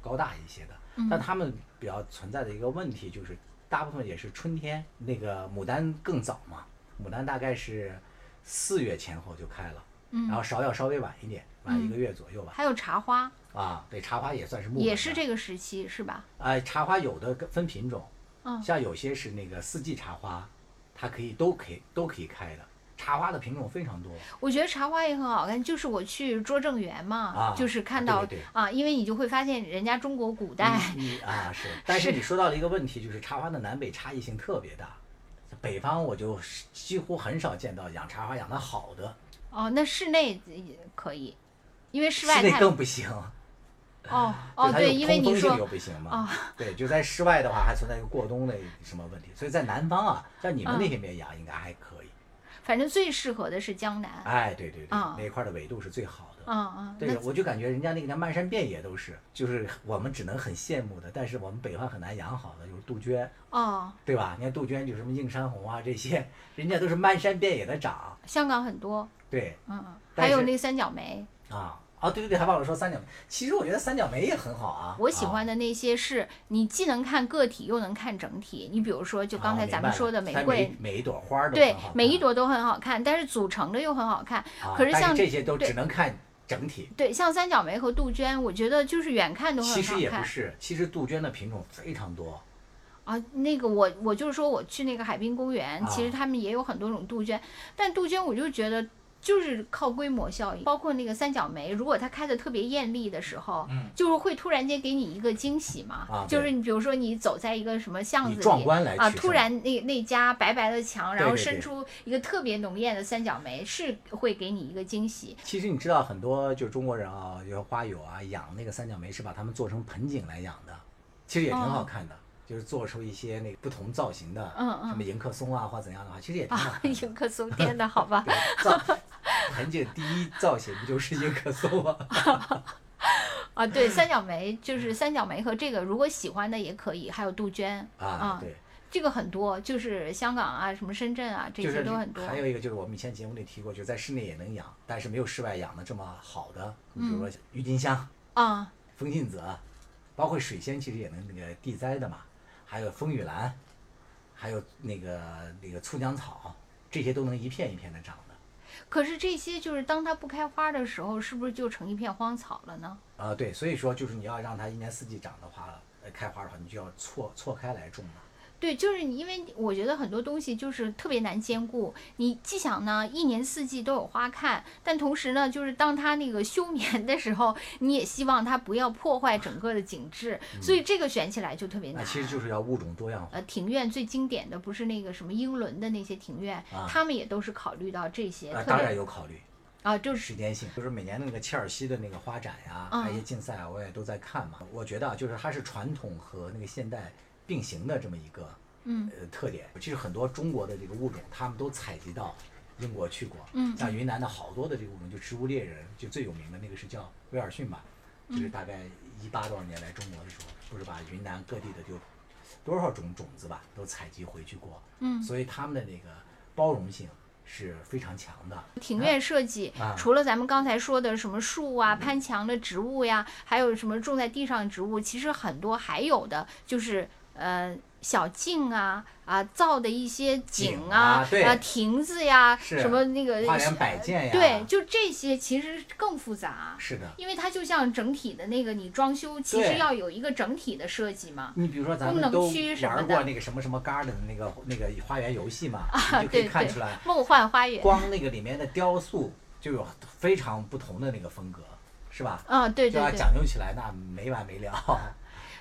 [SPEAKER 4] 高大一些的。
[SPEAKER 3] 嗯
[SPEAKER 4] 但它们比较存在的一个问题就是，大部分也是春天，那个牡丹更早嘛，牡丹大概是四月前后就开了，
[SPEAKER 3] 嗯
[SPEAKER 4] 然后芍药稍微晚一点，晚一个月左右吧。
[SPEAKER 3] 还有茶花
[SPEAKER 4] 啊，对，茶花也算是木本
[SPEAKER 3] 也
[SPEAKER 4] 的
[SPEAKER 3] 是这个时期是吧？
[SPEAKER 4] 哎，茶花有的跟分品种，
[SPEAKER 3] 嗯
[SPEAKER 4] 像有些是那个四季茶花，它可以都可以都可以开的。茶花的品种非常多，
[SPEAKER 3] 我觉得茶花也很好看，就是我去拙政园嘛，
[SPEAKER 4] 啊
[SPEAKER 3] 就是看
[SPEAKER 4] 对
[SPEAKER 3] 到
[SPEAKER 4] 对对
[SPEAKER 3] 啊，因为你就会发现人家中国古代
[SPEAKER 4] 你你 啊是，但是你说到了一个问题，就是茶花的南北差异性特别大。北方我就是几乎很少见到养茶花养得好的，
[SPEAKER 3] 哦，那室内也可以，因为室
[SPEAKER 4] 室
[SPEAKER 3] 外
[SPEAKER 4] 内
[SPEAKER 3] 太
[SPEAKER 4] 更不行。
[SPEAKER 3] 哦哦
[SPEAKER 4] 它
[SPEAKER 3] 对，
[SPEAKER 4] 有
[SPEAKER 3] 因为
[SPEAKER 4] 通
[SPEAKER 3] 你
[SPEAKER 4] 风
[SPEAKER 3] 说哦
[SPEAKER 4] 性又不行嘛。对，就在室外的话，还存在一个过冬的什么问题。所以在南方啊，像你们
[SPEAKER 3] 嗯
[SPEAKER 4] 那些边养应该还可以。
[SPEAKER 3] 反正最适合的是江南。
[SPEAKER 4] 哎，对对对
[SPEAKER 3] 啊，
[SPEAKER 4] 那块儿的纬度是最好的。
[SPEAKER 3] 嗯嗯，
[SPEAKER 4] 对，我就感觉人家那个叫漫山遍野都是，就是我们只能很羡慕的，但是我们北方很难养好的就是杜鹃，
[SPEAKER 3] 那哦，
[SPEAKER 4] 对吧？你看杜鹃就是什么映山红啊这些，人家都是漫山遍野的长，
[SPEAKER 3] 香港很多，
[SPEAKER 4] 对
[SPEAKER 3] 嗯，嗯，
[SPEAKER 4] 但
[SPEAKER 3] 还有
[SPEAKER 4] 是
[SPEAKER 3] 那个三角梅，
[SPEAKER 4] 啊啊对对对，还忘了说三角梅，其实我觉得三角梅也很好啊，
[SPEAKER 3] 我喜
[SPEAKER 4] 啊
[SPEAKER 3] 欢的那些是你既能看个体，又能看整体。你比如说，就
[SPEAKER 4] 啊
[SPEAKER 3] 刚才
[SPEAKER 4] 明
[SPEAKER 3] 咱们
[SPEAKER 4] 白了
[SPEAKER 3] 说的
[SPEAKER 4] 它
[SPEAKER 3] 玫
[SPEAKER 4] 每
[SPEAKER 3] 瑰
[SPEAKER 4] 一，每一朵花儿都
[SPEAKER 3] 对
[SPEAKER 4] 很好，嗯
[SPEAKER 3] 每一
[SPEAKER 4] 看
[SPEAKER 3] 朵都很好看，但是组成的又很好看。
[SPEAKER 4] 啊
[SPEAKER 3] 可是
[SPEAKER 4] 但
[SPEAKER 3] 像
[SPEAKER 4] 这些都
[SPEAKER 3] 对
[SPEAKER 4] 只能看整体，
[SPEAKER 3] 对，像三角梅和杜鹃，我觉得就是远看都
[SPEAKER 4] 其
[SPEAKER 3] 很
[SPEAKER 4] 实
[SPEAKER 3] 好
[SPEAKER 4] 也不
[SPEAKER 3] 看
[SPEAKER 4] 是，其实杜鹃的品种非常多，
[SPEAKER 3] 啊。那个我我就是说，我去那个海滨公园，其实
[SPEAKER 4] 啊
[SPEAKER 3] 他们也有很多种杜鹃，但杜鹃我就觉得。就是靠规模效应，包括那个三角梅，如果它开的特别艳丽的时候，
[SPEAKER 2] 嗯
[SPEAKER 3] 就是会突然间给你一个惊喜嘛。
[SPEAKER 4] 啊
[SPEAKER 3] 就
[SPEAKER 4] 对
[SPEAKER 3] 是你比如说你走在一个什么巷
[SPEAKER 4] 以
[SPEAKER 3] 子
[SPEAKER 4] 壮
[SPEAKER 3] 里
[SPEAKER 4] 观来
[SPEAKER 3] 啊，
[SPEAKER 4] 取
[SPEAKER 3] 突
[SPEAKER 4] 胜
[SPEAKER 3] 然那那家白白的墙，然
[SPEAKER 4] 对
[SPEAKER 3] 后
[SPEAKER 4] 对
[SPEAKER 3] 伸
[SPEAKER 4] 对
[SPEAKER 3] 出一个特别浓艳的三角梅，是会给你一个惊喜。
[SPEAKER 4] 其实你知道，很多就是中国人啊，有花友啊，养那个三角梅是把它们做成盆景来养的，其实也挺好看的，就是做出一些那个不同造型的，
[SPEAKER 3] 嗯嗯
[SPEAKER 4] 什么迎客松啊或怎样的话，其实也挺好
[SPEAKER 3] 啊，
[SPEAKER 4] 看的。
[SPEAKER 3] 迎客 松，天呐，好吧。
[SPEAKER 4] 对
[SPEAKER 3] 啊
[SPEAKER 4] 造盆景第一造型不就是迎客松吗？
[SPEAKER 3] 啊，对，三角梅就是三角梅和这个，如果喜欢的也可以，还有杜鹃，
[SPEAKER 4] 啊，对，
[SPEAKER 3] 这个很多，就是香港啊、什么深圳啊，这
[SPEAKER 4] 就
[SPEAKER 3] 些
[SPEAKER 4] 是
[SPEAKER 3] 都很多。
[SPEAKER 4] 还有一个就是我们以前节目里提过，就是在室内也能养，但是没有室外养的这么好的，你比如
[SPEAKER 3] 嗯
[SPEAKER 4] 说郁金香、
[SPEAKER 3] 啊，
[SPEAKER 4] 风信子，包括水仙，其实也能那个地栽的嘛，还有风雨兰，还有那个那个醋浆草，这些都能一片一片的长的。
[SPEAKER 3] 可是这些就是当它不开花的时候，是不是就成一片荒草了呢？
[SPEAKER 4] 啊、对，所以说就是你要让它一年四季长的话，呃，开花的话，你就要错错开来种嘛。
[SPEAKER 3] 对，就是你，因为我觉得很多东西就是特别难兼顾。你既想呢一年四季都有花看，但同时呢，就是当它那个休眠的时候，你也希望它不要破坏整个的景 致，所以这个选起来就特别
[SPEAKER 4] 那
[SPEAKER 3] 难。
[SPEAKER 4] 嗯啊其实就是要物种多样化
[SPEAKER 3] 呃，庭院最经典的不是那个什么英伦的那些庭院，
[SPEAKER 4] 啊
[SPEAKER 3] 他们也都是考虑到这些，
[SPEAKER 4] 啊、
[SPEAKER 3] 呃特
[SPEAKER 4] 当
[SPEAKER 3] 别
[SPEAKER 4] 然有考虑
[SPEAKER 3] 啊，就是
[SPEAKER 4] 时间性，就是每年那个切尔西的那个花展呀、
[SPEAKER 3] 嗯
[SPEAKER 4] 还有一些竞赛啊，我也都在看嘛。我觉得啊，就是它是传统和那个现代并行的这么一个
[SPEAKER 3] 嗯
[SPEAKER 4] 呃特点。其实很多中国的这个物种，他们都采集到英国去过。
[SPEAKER 3] 嗯
[SPEAKER 4] 像云南的好多的这个物种，就植物猎人，就最有名的那个是叫威尔逊吧，
[SPEAKER 3] 嗯
[SPEAKER 4] 就是大概一八多少年来中国的时候，不是把云南各地的就多少种种子吧都采集回去过。
[SPEAKER 3] 嗯
[SPEAKER 4] 所以他们的那个包容性是非常强的。
[SPEAKER 3] 庭院设计、
[SPEAKER 4] 啊
[SPEAKER 3] 除了咱们刚才说的什么树啊、攀墙的植物呀，还有什么种在地上的植物，其实很多还有的就是呃小径啊啊造的一些
[SPEAKER 4] 景
[SPEAKER 3] 啊
[SPEAKER 4] 啊对
[SPEAKER 3] 亭子呀，
[SPEAKER 4] 是
[SPEAKER 3] 什么那个
[SPEAKER 4] 花园摆件呀，
[SPEAKER 3] 呃对，就这些其实更复杂。
[SPEAKER 4] 是的。
[SPEAKER 3] 因为它就像整体的那个，你装修其实
[SPEAKER 4] 对
[SPEAKER 3] 要有一个整体的设计嘛。
[SPEAKER 4] 你比如说，咱
[SPEAKER 3] 功
[SPEAKER 4] 们
[SPEAKER 3] 能
[SPEAKER 4] 都
[SPEAKER 3] 区什么
[SPEAKER 4] 玩
[SPEAKER 3] 的
[SPEAKER 4] 过那个什么什么 garden 那个那个花园游戏嘛，你就可以
[SPEAKER 3] 啊对
[SPEAKER 4] 看
[SPEAKER 3] 对
[SPEAKER 4] 出来，
[SPEAKER 3] 梦幻花园，
[SPEAKER 4] 光那个里面的雕塑就有非常不同的那个风格，是吧？
[SPEAKER 3] 啊，对
[SPEAKER 4] 就
[SPEAKER 3] 对
[SPEAKER 4] 要
[SPEAKER 3] 对。
[SPEAKER 4] 讲究起来，那没完没了。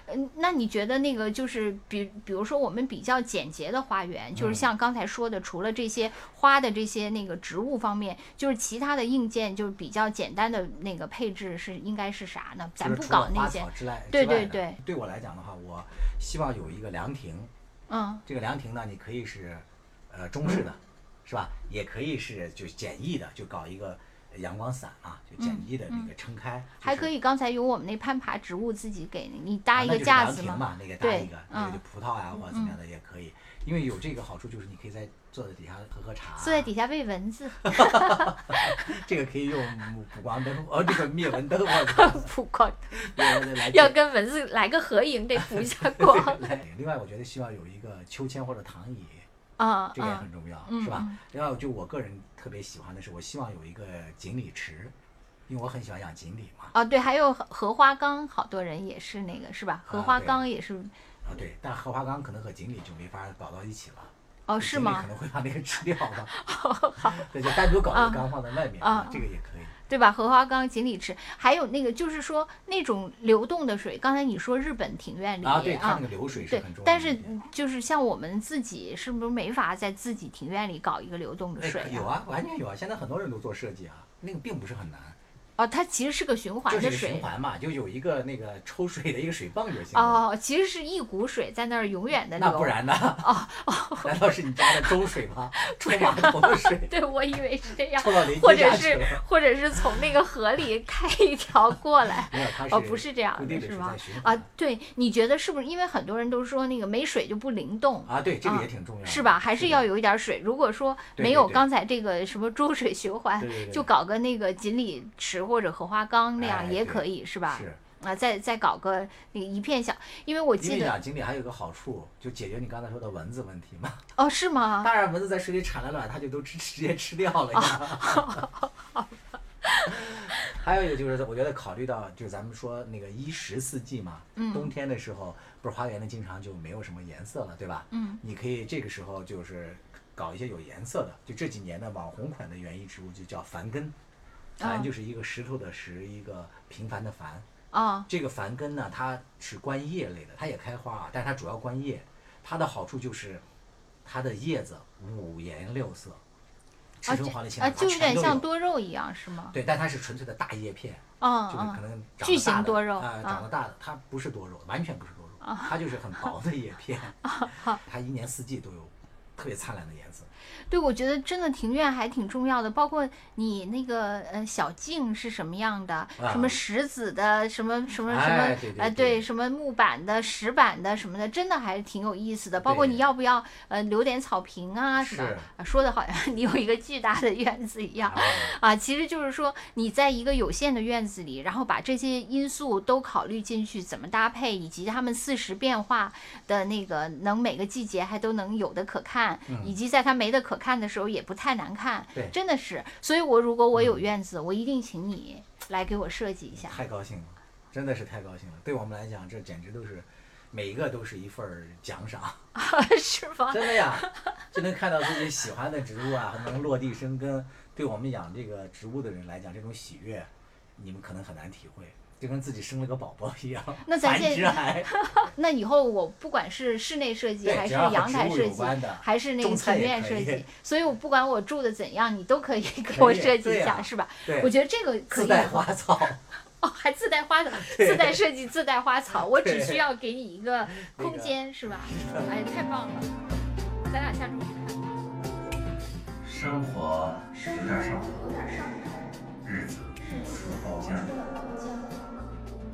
[SPEAKER 3] 嗯，那你觉得那个就是比，比如说我们比较简洁的花园，就是
[SPEAKER 4] 嗯
[SPEAKER 3] 像刚才说的，除了这些花的这些那个植物方面，就是其他的硬件，就是比较简单的那个配置是应该是啥呢？咱
[SPEAKER 4] 就是
[SPEAKER 3] 不
[SPEAKER 4] 除
[SPEAKER 3] 搞
[SPEAKER 4] 了
[SPEAKER 3] 那
[SPEAKER 4] 花
[SPEAKER 3] 些
[SPEAKER 4] 草，之外，
[SPEAKER 3] 对
[SPEAKER 4] 之外
[SPEAKER 3] 对
[SPEAKER 4] 的
[SPEAKER 3] 对。
[SPEAKER 4] 对我来讲的话，我希望有一个凉亭。
[SPEAKER 3] 嗯
[SPEAKER 4] 这个凉亭呢，你可以是，呃，中式的，是吧？也可以是就简易的，就搞一个阳光伞啊，就简易的那个撑开。
[SPEAKER 3] 嗯还可
[SPEAKER 4] 以
[SPEAKER 3] 以。刚才有我们那攀爬植物自己给你搭
[SPEAKER 4] 啊
[SPEAKER 3] 一个
[SPEAKER 4] 那就是
[SPEAKER 3] 架
[SPEAKER 4] 凉
[SPEAKER 3] 子
[SPEAKER 4] 亭
[SPEAKER 3] 嘛，
[SPEAKER 4] 嘛，那个搭
[SPEAKER 3] 对
[SPEAKER 4] 一个，
[SPEAKER 3] 嗯
[SPEAKER 4] 那个就葡萄呀啊或者怎么样的也可以，因为有这个好处就是你可以在坐在底下喝喝茶，
[SPEAKER 3] 坐在底下喂蚊 子，
[SPEAKER 4] 这个可以用补光灯，哦，这个灭蚊灯，我操，
[SPEAKER 3] 不光
[SPEAKER 4] 灭蚊灯来
[SPEAKER 3] 要
[SPEAKER 4] 解
[SPEAKER 3] 跟蚊子来个合影，得补一 下光。
[SPEAKER 4] 来另外，我觉得希望有一个秋千或者躺椅，
[SPEAKER 3] 啊
[SPEAKER 4] 这个也
[SPEAKER 3] 啊
[SPEAKER 4] 很重要，
[SPEAKER 3] 嗯
[SPEAKER 4] 是吧
[SPEAKER 3] 嗯？
[SPEAKER 4] 另外，就我个人特别喜欢的是，我希望有一个锦鲤池，因为我很喜欢养锦鲤嘛。
[SPEAKER 3] 啊！对，还有荷荷花缸，好多人也是那个是吧？荷
[SPEAKER 4] 啊
[SPEAKER 3] 花
[SPEAKER 4] 对
[SPEAKER 3] 缸也是哦
[SPEAKER 4] 啊，对，但荷花缸可能和锦鲤就没法搞到一起了。
[SPEAKER 3] 哦，
[SPEAKER 4] 就是锦鲤
[SPEAKER 3] 吗
[SPEAKER 4] 可？能会把那个吃掉 了。对，就单独搞
[SPEAKER 3] 嗯
[SPEAKER 4] 一个缸放在外面，
[SPEAKER 3] 啊
[SPEAKER 4] 这个也可以。
[SPEAKER 3] 对吧？荷花缸、锦鲤池，还有那个就是说那种流动的水，刚才你说日本庭院里
[SPEAKER 4] 啊，对，它
[SPEAKER 3] 啊
[SPEAKER 4] 那个流水是
[SPEAKER 3] 对
[SPEAKER 4] 很重要的一点。
[SPEAKER 3] 但是就是像我们自己是不是没法在自己庭院里搞一个流动的
[SPEAKER 4] 哎
[SPEAKER 3] 水
[SPEAKER 4] 可有啊，完全有啊，现在很多人都做设计啊，那个并不是很难，
[SPEAKER 3] 哦，它其实是个循环
[SPEAKER 4] 就是
[SPEAKER 3] 的
[SPEAKER 4] 一个循
[SPEAKER 3] 水。
[SPEAKER 4] 环嘛，就有一个那个抽水的一个水泵就行了。
[SPEAKER 3] 哦，其实是一股水在那儿永远的流。
[SPEAKER 4] 那不然呢？
[SPEAKER 3] 哦
[SPEAKER 4] 难道是你家的中水吗？冲马桶的水
[SPEAKER 3] 对，我以为是 这样，
[SPEAKER 4] 冲到邻
[SPEAKER 3] 或
[SPEAKER 4] 居
[SPEAKER 3] 者
[SPEAKER 4] 家去
[SPEAKER 3] 是
[SPEAKER 4] 了。
[SPEAKER 3] 或者是从那个河里开一条过 来。
[SPEAKER 4] 没有，它是
[SPEAKER 3] 哦，不是这样
[SPEAKER 4] 固定
[SPEAKER 3] 的，
[SPEAKER 4] 的
[SPEAKER 3] 是
[SPEAKER 4] 水
[SPEAKER 3] 吗
[SPEAKER 4] 在？循
[SPEAKER 3] 啊
[SPEAKER 4] 环，
[SPEAKER 3] 对，你觉得是不是？因为很多人都说那个没水就不灵动，
[SPEAKER 4] 啊，对，这
[SPEAKER 3] 啊
[SPEAKER 4] 个也挺重要的，
[SPEAKER 3] 是吧？还是
[SPEAKER 4] 的
[SPEAKER 3] 要。有一点水。如果说
[SPEAKER 4] 对
[SPEAKER 3] 没
[SPEAKER 4] 对
[SPEAKER 3] 有
[SPEAKER 4] 对
[SPEAKER 3] 刚才这个什么周水循环，
[SPEAKER 4] 对对 对
[SPEAKER 3] 就搞个那个锦鲤池或者荷花缸那样
[SPEAKER 4] 哎
[SPEAKER 3] 也
[SPEAKER 4] 对
[SPEAKER 3] 可以，是吧？
[SPEAKER 4] 是，
[SPEAKER 3] 啊，再再搞个那个一片小，因为我
[SPEAKER 4] 因
[SPEAKER 3] 记
[SPEAKER 4] 为
[SPEAKER 3] 得
[SPEAKER 4] 养锦鲤还有一个好处，就解决你刚才说的蚊子问题嘛。
[SPEAKER 3] 哦，是吗？
[SPEAKER 4] 当然，蚊子在水里产来卵，它就都直直接吃掉了呀。 还有一个就是，我觉得考虑到就是咱们说那个衣食四季嘛，冬天的时候不是花园里经常就没有什么颜色了，对吧？
[SPEAKER 3] 嗯，
[SPEAKER 4] 你可以这个时候就是搞一些有颜色的，就这几年的网红款的园艺植物就叫繁根，
[SPEAKER 3] 啊
[SPEAKER 4] 繁就是一个石头的石，一个平凡的凡。
[SPEAKER 3] 啊
[SPEAKER 4] 这个繁根呢，它是观叶类的，它也开花啊，但是它主要观叶。它的好处就是，它的叶子五颜六色，赤
[SPEAKER 3] 啊，
[SPEAKER 4] 橙
[SPEAKER 3] 这
[SPEAKER 4] 黄绿青
[SPEAKER 3] 啊，
[SPEAKER 4] 蓝
[SPEAKER 3] 就
[SPEAKER 4] 紫
[SPEAKER 3] 有
[SPEAKER 4] 全
[SPEAKER 3] 点
[SPEAKER 4] 都
[SPEAKER 3] 像
[SPEAKER 4] 有。
[SPEAKER 3] 多肉一样，是吗？
[SPEAKER 4] 对，但它是纯粹的大叶片，
[SPEAKER 3] 嗯
[SPEAKER 4] 就是可
[SPEAKER 3] 嗯，
[SPEAKER 4] 能长
[SPEAKER 3] 巨
[SPEAKER 4] 得大
[SPEAKER 3] 型
[SPEAKER 4] 的
[SPEAKER 3] 多肉
[SPEAKER 4] 啊，
[SPEAKER 3] 啊
[SPEAKER 4] 长得大的，它不是多肉，完全不是多肉，它就是很薄的叶片，
[SPEAKER 3] 啊
[SPEAKER 4] 它一年四季都有特别灿烂的颜色。
[SPEAKER 3] 对，我觉得真的庭院还挺重要的，包括你那个呃小径是什么样的，什么
[SPEAKER 4] 啊
[SPEAKER 3] 石子的，什么什么什么，
[SPEAKER 4] 哎对对
[SPEAKER 3] 呃
[SPEAKER 4] 对
[SPEAKER 3] 什么木板的、石板的什么的，真的还是挺有意思的。包括你
[SPEAKER 4] 对
[SPEAKER 3] 要不要呃留点草坪啊什么
[SPEAKER 4] 是，
[SPEAKER 3] 啊说的好像 你有一个巨大的院子一样。
[SPEAKER 4] 啊
[SPEAKER 3] 啊，其实就是说你在一个有限的院子里，然后把这些因素都考虑进去，怎么搭配，以及它们四时变化的那个能每个季节还都能有的可看，以及在它没的可看的时候也不太难看。
[SPEAKER 4] 嗯对嗯
[SPEAKER 3] 真的是。所以我如果我有院子，我一定请你来给我设计 一下。
[SPEAKER 4] 太高兴了，真的是太高兴了。对我们来讲，这简直都是每一个都是一份儿奖赏。
[SPEAKER 3] 是吗？
[SPEAKER 4] 真的呀，就能看到自己喜欢的植物啊， 能落地生根。对我们养这个植物的人来讲，这种喜悦，你们可能很难体会，就跟自己生了个宝宝一样。
[SPEAKER 3] 那咱
[SPEAKER 4] 繁
[SPEAKER 3] 这
[SPEAKER 4] 殖癌，
[SPEAKER 3] 那以后我不管是室内设计，
[SPEAKER 4] 对
[SPEAKER 3] 还是
[SPEAKER 4] 只要和
[SPEAKER 3] 阳台
[SPEAKER 4] 植物
[SPEAKER 3] 设
[SPEAKER 4] 有
[SPEAKER 3] 计
[SPEAKER 4] 关的，
[SPEAKER 3] 还是那个
[SPEAKER 4] 种菜
[SPEAKER 3] 庭
[SPEAKER 4] 也
[SPEAKER 3] 院
[SPEAKER 4] 可
[SPEAKER 3] 设
[SPEAKER 4] 以
[SPEAKER 3] 计，所以我不管我住的怎样，你都可以给
[SPEAKER 4] 可
[SPEAKER 3] 我
[SPEAKER 4] 以
[SPEAKER 3] 设计
[SPEAKER 4] 对
[SPEAKER 3] 一下，
[SPEAKER 4] 呀
[SPEAKER 3] 是吧？
[SPEAKER 4] 对
[SPEAKER 3] 我觉得这个可
[SPEAKER 4] 自
[SPEAKER 3] 以
[SPEAKER 4] 带
[SPEAKER 3] 哈
[SPEAKER 4] 花草，
[SPEAKER 3] 哦，还自带花草，自带设计，自带花草，我只需要给你一个空间，是吧？哎，太棒了！咱俩下周看。
[SPEAKER 4] 生活有点上头，日子有点包浆。